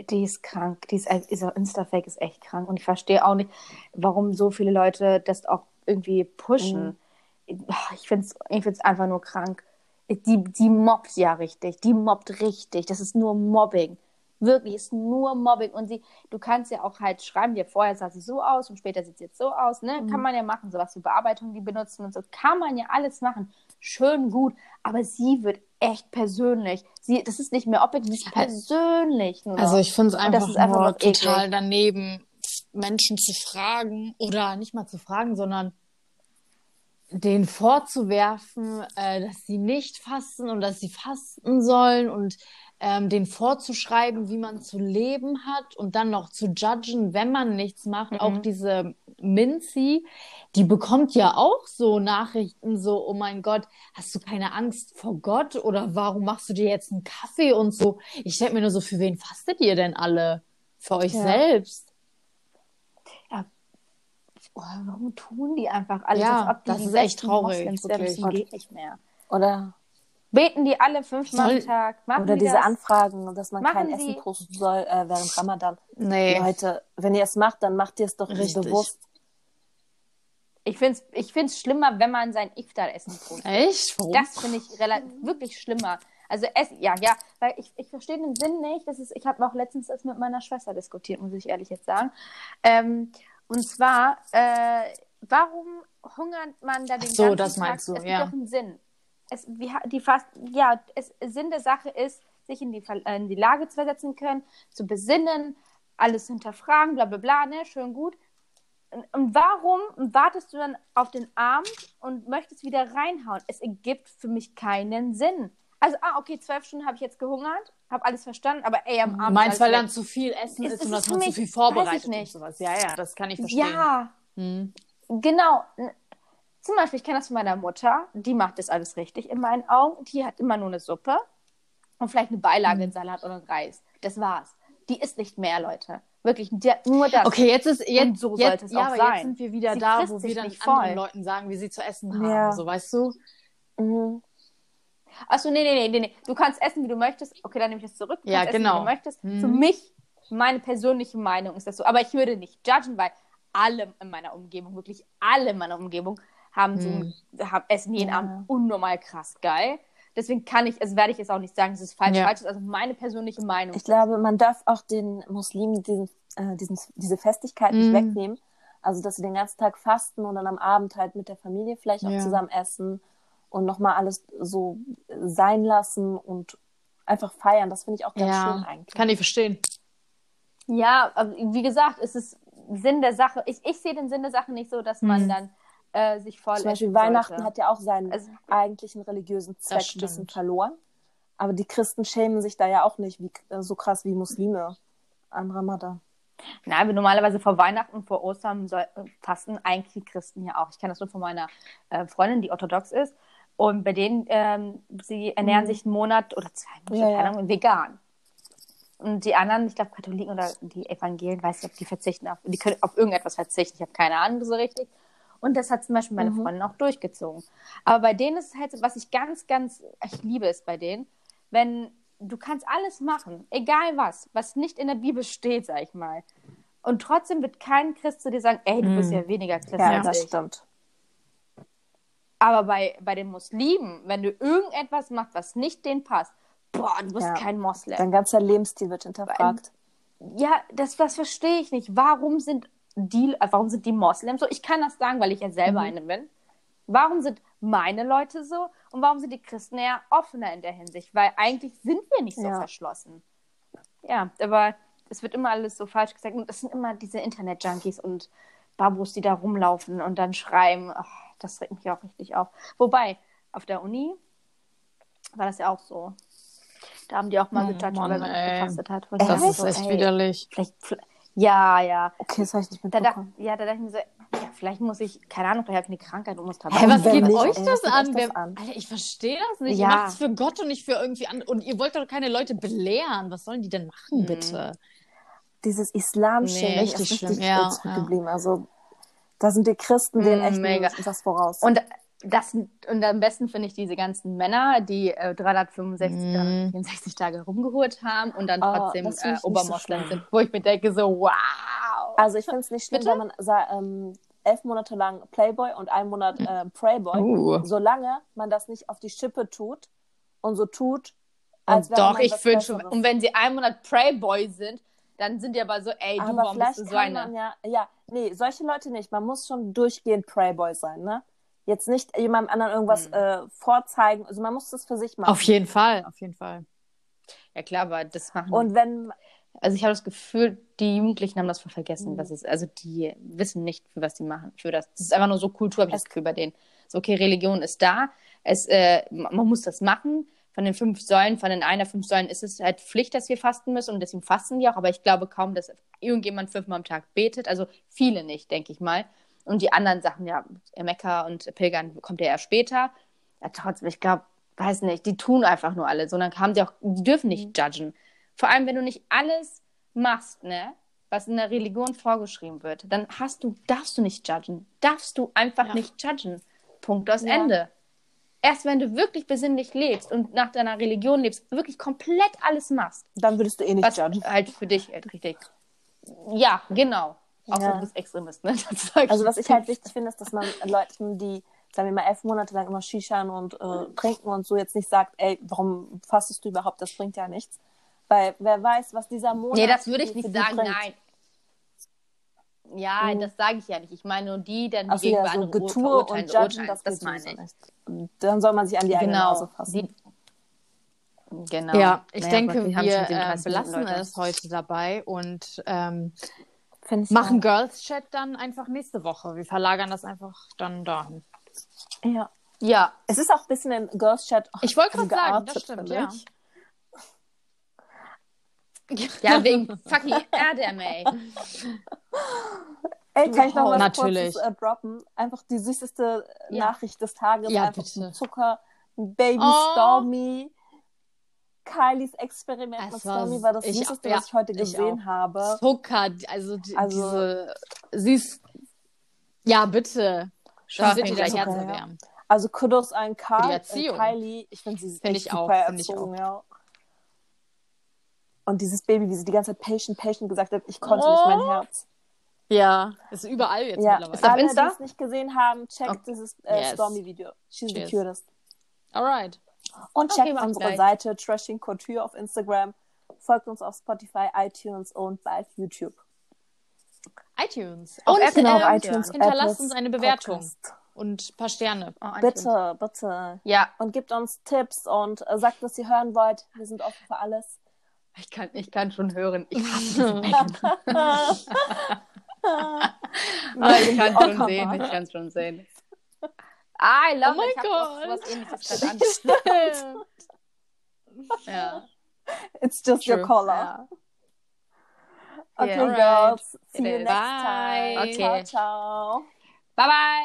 [SPEAKER 2] die ist krank. Die ist, also Instafake ist echt krank. Und ich verstehe auch nicht, warum so viele Leute das auch irgendwie pushen. Ich finde es ich find's einfach nur krank. Die, die mobbt ja richtig. Die mobbt richtig. Das ist nur Mobbing. Wirklich, ist nur Mobbing. Und sie, du kannst ja auch halt schreiben, dir vorher sah sie so aus und später sieht sie jetzt so aus. Ne? Kann man ja machen, sowas für Bearbeitungen, die benutzen und so. Kann man ja alles machen. Schön, gut. Aber sie wird echt persönlich. Sie, das ist nicht mehr objektiv, sie ist persönlich. Nur noch.
[SPEAKER 3] Also ich finde es
[SPEAKER 2] Und das
[SPEAKER 3] einfach,
[SPEAKER 2] ist einfach
[SPEAKER 3] nur
[SPEAKER 2] noch eklig.
[SPEAKER 3] total daneben, Menschen zu fragen oder nicht mal zu fragen, sondern denen vorzuwerfen, äh, dass sie nicht fasten und dass sie fasten sollen und ähm, denen vorzuschreiben, wie man zu leben hat und dann noch zu judgen, wenn man nichts macht. Auch diese Minzi, die bekommt ja auch so Nachrichten, so, oh mein Gott, hast du keine Angst vor Gott oder warum machst du dir jetzt einen Kaffee und so. Ich denke mir nur so, für wen fastet ihr denn alle? Für euch
[SPEAKER 1] Ja.
[SPEAKER 3] selbst?
[SPEAKER 2] oh, warum tun die einfach alles?
[SPEAKER 3] Ja,
[SPEAKER 2] als ob die
[SPEAKER 3] das
[SPEAKER 2] die
[SPEAKER 3] ist echt
[SPEAKER 2] besten
[SPEAKER 3] traurig,
[SPEAKER 2] Moslems wären,
[SPEAKER 3] wirklich.
[SPEAKER 2] das geht nicht mehr.
[SPEAKER 1] Oder,
[SPEAKER 2] Beten die alle fünfmal am
[SPEAKER 3] Soll-
[SPEAKER 2] Tag? Machen
[SPEAKER 1] oder
[SPEAKER 2] die
[SPEAKER 1] diese
[SPEAKER 2] das?
[SPEAKER 1] Anfragen, dass man
[SPEAKER 2] Machen
[SPEAKER 1] kein
[SPEAKER 2] Sie-
[SPEAKER 1] Essen posten soll äh, während Ramadan.
[SPEAKER 3] Nee.
[SPEAKER 1] Leute, wenn ihr es macht, dann macht ihr es doch
[SPEAKER 3] Richtig.
[SPEAKER 1] bewusst.
[SPEAKER 2] Ich finde es ich find's schlimmer, wenn man sein Iftar-Essen tut.
[SPEAKER 3] Echt? Warum?
[SPEAKER 2] Das finde ich rela- wirklich schlimmer. Also es, ja, ja, weil ich, ich verstehe den Sinn nicht. Das ist, ich habe auch letztens das mit meiner Schwester diskutiert, muss ich ehrlich jetzt sagen. Ähm, und zwar, äh, warum hungert man da den
[SPEAKER 3] Ach so,
[SPEAKER 2] ganzen
[SPEAKER 3] das
[SPEAKER 2] Tag?
[SPEAKER 3] meinst du,
[SPEAKER 2] es
[SPEAKER 3] ja.
[SPEAKER 2] gibt doch einen Sinn. Es, wir, ha- die fast, ja, es, Sinn der Sache ist, sich in die, Ver- äh, in die Lage zu versetzen können, zu besinnen, alles hinterfragen, bla bla bla, ne, schön gut. Und- Und warum wartest du dann auf den Abend und möchtest wieder reinhauen? Es ergibt für mich keinen Sinn. Also, ah, okay, zwölf Stunden habe ich jetzt gehungert, habe alles verstanden, aber ey, am Abend.
[SPEAKER 3] Meinst,
[SPEAKER 2] ist alles
[SPEAKER 3] weil
[SPEAKER 2] weg.
[SPEAKER 3] dann zu viel Essen
[SPEAKER 2] Es-
[SPEAKER 3] also ist,
[SPEAKER 2] es
[SPEAKER 3] und
[SPEAKER 2] ist
[SPEAKER 3] dass
[SPEAKER 2] für
[SPEAKER 3] man zu
[SPEAKER 2] mich-
[SPEAKER 3] viel
[SPEAKER 2] weiß
[SPEAKER 3] vorbereitet
[SPEAKER 2] ich
[SPEAKER 3] und
[SPEAKER 2] nicht.
[SPEAKER 3] sowas? Ja, ja, das kann ich verstehen.
[SPEAKER 2] Ja,
[SPEAKER 3] Hm.
[SPEAKER 2] genau. N- Zum Beispiel, ich kenne das von meiner Mutter, die macht das alles richtig in meinen Augen. Die hat immer nur eine Suppe und vielleicht eine Beilage, einen Salat oder einen Reis. Das war's. Die isst nicht mehr, Leute. Wirklich, die hat nur das.
[SPEAKER 3] Okay, jetzt ist jetzt,
[SPEAKER 2] Also so
[SPEAKER 3] jetzt,
[SPEAKER 2] sollte es
[SPEAKER 3] ja,
[SPEAKER 2] auch
[SPEAKER 3] aber
[SPEAKER 2] sein.
[SPEAKER 3] jetzt sind wir wieder
[SPEAKER 2] Sie
[SPEAKER 3] da,
[SPEAKER 2] frisst
[SPEAKER 3] wo
[SPEAKER 2] sich
[SPEAKER 3] wir dann
[SPEAKER 2] nicht voll.
[SPEAKER 3] anderen Leuten sagen, wie sie zu essen haben.
[SPEAKER 1] Ja.
[SPEAKER 3] So, weißt du?
[SPEAKER 1] Mhm.
[SPEAKER 2] Achso, nee, nee, nee, nee, nee. Du kannst essen, wie du möchtest. Okay, dann nehme ich das zurück. Du
[SPEAKER 3] Ja,
[SPEAKER 2] kannst
[SPEAKER 3] genau.
[SPEAKER 2] Essen, wie du möchtest.
[SPEAKER 3] Mhm.
[SPEAKER 1] Hm.
[SPEAKER 2] Für mich, meine persönliche Meinung ist das so. Aber ich würde nicht judgen, weil alle in meiner Umgebung, wirklich alle in meiner Umgebung, haben so
[SPEAKER 3] Mhm.
[SPEAKER 2] ein, haben, essen jeden
[SPEAKER 1] Hm. Ja.
[SPEAKER 2] Abend unnormal krass geil. Deswegen kann ich, also werde ich jetzt auch nicht sagen, es ist falsch,
[SPEAKER 3] Ja.
[SPEAKER 2] falsch ist. Also meine persönliche Meinung.
[SPEAKER 1] Ich glaube, man darf auch den Muslimen diesen, äh, diesen, diese Festigkeit nicht
[SPEAKER 3] Mhm.
[SPEAKER 1] wegnehmen. Also, dass sie den ganzen Tag fasten und dann am Abend halt mit der Familie vielleicht auch
[SPEAKER 3] Ja.
[SPEAKER 1] zusammen essen und nochmal alles so sein lassen und einfach feiern. Das finde ich auch ganz schön
[SPEAKER 3] Ja,
[SPEAKER 1] eigentlich.
[SPEAKER 3] kann ich verstehen.
[SPEAKER 2] Ja, aber wie gesagt, es ist Sinn der Sache. Ich, ich sehe den Sinn der Sache nicht so, dass man
[SPEAKER 3] Mhm.
[SPEAKER 2] dann äh, sich voll
[SPEAKER 1] Hm. Zum Beispiel
[SPEAKER 2] essen
[SPEAKER 1] Weihnachten
[SPEAKER 2] sollte.
[SPEAKER 1] hat ja auch seinen
[SPEAKER 2] Also-
[SPEAKER 1] eigentlichen religiösen Zweck ein
[SPEAKER 3] stimmt.
[SPEAKER 1] bisschen verloren. Aber die Christen schämen sich da ja auch nicht wie, äh, so krass wie Muslime an Ramadan.
[SPEAKER 2] Nein, aber normalerweise vor Weihnachten und vor Ostern soll, äh, fasten eigentlich die Christen ja auch. Ich kenne das nur von meiner äh, Freundin, die orthodox ist. Und bei denen, ähm, sie ernähren sich einen Monat oder zwei Monate,
[SPEAKER 1] Mhm. Ja,
[SPEAKER 2] keine
[SPEAKER 1] ja.
[SPEAKER 2] Ahnung, vegan. Und die anderen, ich glaube Katholiken oder die Evangelien, weiß nicht, ob die verzichten auf, die können auf irgendetwas verzichten. Ich habe keine Ahnung so richtig. Und das hat zum Beispiel meine
[SPEAKER 1] Mhm.
[SPEAKER 2] Freundin auch durchgezogen. Aber bei denen ist es halt so, was ich ganz, ganz, ich liebe es bei denen, wenn du kannst alles machen, egal was, was nicht in der Bibel steht, sag ich mal. Und trotzdem wird kein Christ zu dir sagen, ey, du bist ja weniger Christ
[SPEAKER 1] Hm. Ja,
[SPEAKER 2] als
[SPEAKER 1] das
[SPEAKER 2] ich.
[SPEAKER 1] stimmt.
[SPEAKER 2] Aber bei, bei den Muslimen, wenn du irgendetwas machst, was nicht denen passt, boah, du bist
[SPEAKER 1] Ja.
[SPEAKER 2] kein Moslem.
[SPEAKER 1] Dein ganzer Lebensstil wird hinterfragt.
[SPEAKER 2] ja, das, das verstehe ich nicht. Warum sind die, äh, warum sind die Moslems so? Ich kann das sagen, weil ich ja
[SPEAKER 3] Mhm.
[SPEAKER 2] selber eine bin. Warum sind meine Leute so und warum sind die Christen eher offener in der Hinsicht? Weil eigentlich sind wir nicht so
[SPEAKER 1] Ja.
[SPEAKER 2] verschlossen. Ja, aber es wird immer alles so falsch gesagt und es sind immer diese Internet-Junkies und Babus, die da rumlaufen und dann schreiben. Ach, das regt mich auch richtig auf. Wobei, auf der Uni war das ja auch so. Da haben die auch mal
[SPEAKER 3] Oh
[SPEAKER 2] getatscht,
[SPEAKER 3] Mann,
[SPEAKER 2] weil man
[SPEAKER 3] ey.
[SPEAKER 2] nicht gefastet hat. Und
[SPEAKER 3] Das
[SPEAKER 2] ich
[SPEAKER 3] ist
[SPEAKER 2] so,
[SPEAKER 3] echt
[SPEAKER 2] ey,
[SPEAKER 3] widerlich.
[SPEAKER 2] Vielleicht, vielleicht- ja, ja.
[SPEAKER 1] Okay, das habe ich nicht
[SPEAKER 2] Da, da,
[SPEAKER 1] mitbekommen.
[SPEAKER 2] ja, da dachte ich mir so, ja, vielleicht muss ich, keine Ahnung, vielleicht habe ich eine Krankheit und muss Tabak.
[SPEAKER 3] Hä, was
[SPEAKER 1] Wenn
[SPEAKER 3] geht
[SPEAKER 1] nicht,
[SPEAKER 3] euch
[SPEAKER 1] ey,
[SPEAKER 3] das
[SPEAKER 1] was geht
[SPEAKER 3] an?
[SPEAKER 1] euch
[SPEAKER 3] Wer,
[SPEAKER 1] das an?
[SPEAKER 3] Alter, ich verstehe das nicht.
[SPEAKER 2] Ja.
[SPEAKER 3] Ihr macht es für Gott und nicht für irgendwie andere. Und ihr wollt doch keine Leute belehren. Was sollen die denn machen, bitte?
[SPEAKER 1] Dieses Islam-Shaming
[SPEAKER 3] Nee,
[SPEAKER 1] ist
[SPEAKER 3] richtig
[SPEAKER 1] richtig
[SPEAKER 3] schlimm, ja,
[SPEAKER 1] äh, zurückgeblieben. Also da sind die Christen denen
[SPEAKER 2] Mm,
[SPEAKER 1] echt
[SPEAKER 2] mega.
[SPEAKER 1] was voraus.
[SPEAKER 2] Und das und am besten finde ich diese ganzen Männer, die äh, 365
[SPEAKER 3] Mm.
[SPEAKER 2] 364 Tage rumgehurt haben und dann
[SPEAKER 1] Ah,
[SPEAKER 2] trotzdem
[SPEAKER 1] das
[SPEAKER 2] äh,
[SPEAKER 1] finde ich nicht so
[SPEAKER 2] Obermoslem
[SPEAKER 1] schlimm.
[SPEAKER 2] sind, wo ich mir denke so wow.
[SPEAKER 1] also ich finde es nicht schlimm,
[SPEAKER 2] Bitte?
[SPEAKER 1] wenn man sa- ähm, elf Monate lang Playboy und einen
[SPEAKER 2] Hm.
[SPEAKER 1] Monat äh, Preyboy,
[SPEAKER 3] Uh.
[SPEAKER 1] solange man das nicht auf die Schippe tut und so tut, als
[SPEAKER 2] Oh Also,
[SPEAKER 3] Und
[SPEAKER 1] wäre
[SPEAKER 3] doch,
[SPEAKER 1] man
[SPEAKER 3] ich
[SPEAKER 1] was
[SPEAKER 3] wünsche.
[SPEAKER 1] Besseres.
[SPEAKER 2] Und wenn sie einen Monat Prayboy sind, dann sind die aber so ey, du
[SPEAKER 1] Aber
[SPEAKER 2] warum bist
[SPEAKER 1] vielleicht
[SPEAKER 2] du so
[SPEAKER 1] kann
[SPEAKER 2] eine?
[SPEAKER 1] man ja, ja, nee, solche Leute nicht. Man muss schon durchgehend Preyboy sein, ne? Jetzt nicht jemandem anderen irgendwas
[SPEAKER 2] Hm.
[SPEAKER 1] äh, vorzeigen. Also man muss das für sich machen.
[SPEAKER 3] Auf jeden Fall, auf jeden Fall.
[SPEAKER 2] Ja klar, aber das machen.
[SPEAKER 1] Und wenn,
[SPEAKER 2] also ich habe das Gefühl, die Jugendlichen haben das voll vergessen,
[SPEAKER 1] Mhm.
[SPEAKER 2] was es also die wissen nicht, für was die machen, für das. Das ist einfach nur so Kultur, habe ich das Gefühl bei denen. So okay, Religion ist da, es äh, ma- man muss das machen. Von den fünf Säulen, von den einer fünf Säulen ist es halt Pflicht, dass wir fasten müssen und deswegen fasten die auch. Aber ich glaube kaum, dass irgendjemand fünfmal am Tag betet. Also viele nicht, denke ich mal. Und die anderen Sachen, ja, Mekka und Pilgern kommt ja eher später. Ja, trotzdem, ich glaube, weiß nicht, die tun einfach nur alle, sondern haben sie auch, die dürfen
[SPEAKER 1] Mhm.
[SPEAKER 2] nicht judgen. Vor allem, wenn du nicht alles machst, ne, was in der Religion vorgeschrieben wird, dann hast du, darfst du nicht judgen. Darfst du einfach
[SPEAKER 3] Ja.
[SPEAKER 2] nicht judgen. Punkt aus
[SPEAKER 1] Ja.
[SPEAKER 2] Ende. Erst wenn du wirklich besinnlich lebst und nach deiner Religion lebst, wirklich komplett alles machst,
[SPEAKER 1] dann würdest du eh nicht
[SPEAKER 2] was
[SPEAKER 1] judgen.
[SPEAKER 2] halt für dich halt richtig. Ja, genau. Außer
[SPEAKER 1] Ja.
[SPEAKER 2] du bist Extremist, ne? Das sag
[SPEAKER 1] Also was ich halt wichtig finde, ist, dass man Leuten, die, sagen wir mal, elf Monate lang immer Shishan und äh, trinken und so, jetzt nicht sagt, ey, warum fastest du überhaupt? Das bringt ja nichts. Weil wer weiß, was dieser Monat.
[SPEAKER 2] Nee, das würde ich
[SPEAKER 1] für
[SPEAKER 2] nicht
[SPEAKER 1] die
[SPEAKER 2] sagen,
[SPEAKER 1] bringt.
[SPEAKER 2] nein. Ja,
[SPEAKER 1] Mhm.
[SPEAKER 2] das sage ich ja nicht. Ich meine nur die, dann die
[SPEAKER 1] Also
[SPEAKER 2] gegenüber
[SPEAKER 1] ja, so
[SPEAKER 2] anderen
[SPEAKER 1] Getue
[SPEAKER 2] verurteilen,
[SPEAKER 1] und Judgen,
[SPEAKER 2] verurteilen.
[SPEAKER 1] das,
[SPEAKER 2] Das,
[SPEAKER 1] geht
[SPEAKER 2] meine
[SPEAKER 1] sowieso
[SPEAKER 2] ich.
[SPEAKER 1] nicht. Dann soll man sich an die eigene Nase
[SPEAKER 2] Genau.
[SPEAKER 1] fassen.
[SPEAKER 2] Die, genau.
[SPEAKER 3] Ja, ich
[SPEAKER 2] Naja,
[SPEAKER 3] denke,
[SPEAKER 2] Gott,
[SPEAKER 3] wir,
[SPEAKER 2] haben schon
[SPEAKER 3] äh,
[SPEAKER 2] 37
[SPEAKER 3] belassen
[SPEAKER 2] Leute.
[SPEAKER 3] es heute dabei und ähm,
[SPEAKER 1] Find ich
[SPEAKER 3] machen
[SPEAKER 1] auch.
[SPEAKER 3] Girls Chat dann einfach nächste Woche. Wir verlagern das einfach dann dahin.
[SPEAKER 1] Ja.
[SPEAKER 2] Ja,
[SPEAKER 1] Es ist auch ein bisschen in Girls Chat.
[SPEAKER 3] Ich wollte gerade sagen,
[SPEAKER 1] geartet,
[SPEAKER 3] das stimmt,
[SPEAKER 1] finde
[SPEAKER 3] ja.
[SPEAKER 1] ich.
[SPEAKER 2] ja, wegen fucking Erdem, ey.
[SPEAKER 1] Ey, kann ich noch was
[SPEAKER 3] Natürlich.
[SPEAKER 1] Kurzes äh, droppen? Einfach die süßeste äh,
[SPEAKER 3] Ja.
[SPEAKER 1] Nachricht des Tages.
[SPEAKER 3] Ja,
[SPEAKER 1] Einfach
[SPEAKER 3] bitte.
[SPEAKER 1] ein Zucker, ein Baby
[SPEAKER 3] Oh.
[SPEAKER 1] Stormy. Kylies Experiment
[SPEAKER 3] Es
[SPEAKER 1] mit
[SPEAKER 3] war-
[SPEAKER 1] Stormy war das
[SPEAKER 3] ich-
[SPEAKER 1] süßeste,
[SPEAKER 3] ja,
[SPEAKER 1] was ich heute
[SPEAKER 3] ich
[SPEAKER 1] gesehen habe.
[SPEAKER 3] Zucker, die- also, die,
[SPEAKER 1] Also-
[SPEAKER 3] diese, sie ist, ja bitte, das wird dir dein
[SPEAKER 2] Schafing-
[SPEAKER 3] Herz
[SPEAKER 1] Zucker, ja.
[SPEAKER 3] erwärmen.
[SPEAKER 1] Also Kudos an Karl, äh,
[SPEAKER 3] Erziehung.
[SPEAKER 1] Kylie. Ich finde, sie ist
[SPEAKER 3] Finde
[SPEAKER 1] echt
[SPEAKER 3] ich auch,
[SPEAKER 1] super
[SPEAKER 3] finde ich
[SPEAKER 1] erzogen, ja. Und dieses Baby, wie sie die ganze Zeit patient, patient gesagt hat, ich konnte nicht
[SPEAKER 3] Oh.
[SPEAKER 1] mein Herz.
[SPEAKER 3] Ja, ist überall jetzt
[SPEAKER 1] Ja,
[SPEAKER 3] mittlerweile.
[SPEAKER 2] Ist auf
[SPEAKER 1] alle, die
[SPEAKER 2] Insta?
[SPEAKER 1] es nicht gesehen haben, checkt
[SPEAKER 2] Okay.
[SPEAKER 1] dieses äh,
[SPEAKER 3] Yes.
[SPEAKER 1] Stormy-Video. She's
[SPEAKER 3] Cheers.
[SPEAKER 1] the cutest.
[SPEAKER 3] Alright.
[SPEAKER 1] Und
[SPEAKER 2] Okay,
[SPEAKER 1] checkt
[SPEAKER 2] mach ich
[SPEAKER 1] unsere
[SPEAKER 2] gleich.
[SPEAKER 1] Seite Trashing Couture auf Instagram. Folgt uns auf Spotify, iTunes und bald YouTube.
[SPEAKER 3] iTunes.
[SPEAKER 2] Auf
[SPEAKER 3] Und
[SPEAKER 2] Apple,
[SPEAKER 3] ähm,
[SPEAKER 1] Genau, auf
[SPEAKER 2] ja.
[SPEAKER 1] iTunes.
[SPEAKER 3] hinterlasst
[SPEAKER 1] Apple
[SPEAKER 3] uns eine Bewertung
[SPEAKER 1] Podcast.
[SPEAKER 3] und ein paar Sterne.
[SPEAKER 2] Oh, ein Kind.
[SPEAKER 1] Bitte, bitte.
[SPEAKER 2] Ja,
[SPEAKER 1] Und gebt uns Tipps und äh, sagt, was ihr hören wollt. Wir sind offen für alles.
[SPEAKER 2] ich kann, ich kann schon hören. Ich, Ah, ich kann schon sehen, ich kann schon sehen. Ah, I love
[SPEAKER 3] Oh mein
[SPEAKER 2] it. Ich habe
[SPEAKER 3] Gott.
[SPEAKER 2] was ähnliches gerade an. Ja.
[SPEAKER 1] It's just
[SPEAKER 3] True.
[SPEAKER 1] your color.
[SPEAKER 2] ja.
[SPEAKER 1] Okay,
[SPEAKER 2] Yeah.
[SPEAKER 1] girls. See
[SPEAKER 2] It
[SPEAKER 1] you
[SPEAKER 2] is.
[SPEAKER 1] next time.
[SPEAKER 3] Bye.
[SPEAKER 1] Ciao,
[SPEAKER 2] Okay.
[SPEAKER 1] ciao.
[SPEAKER 2] Bye bye.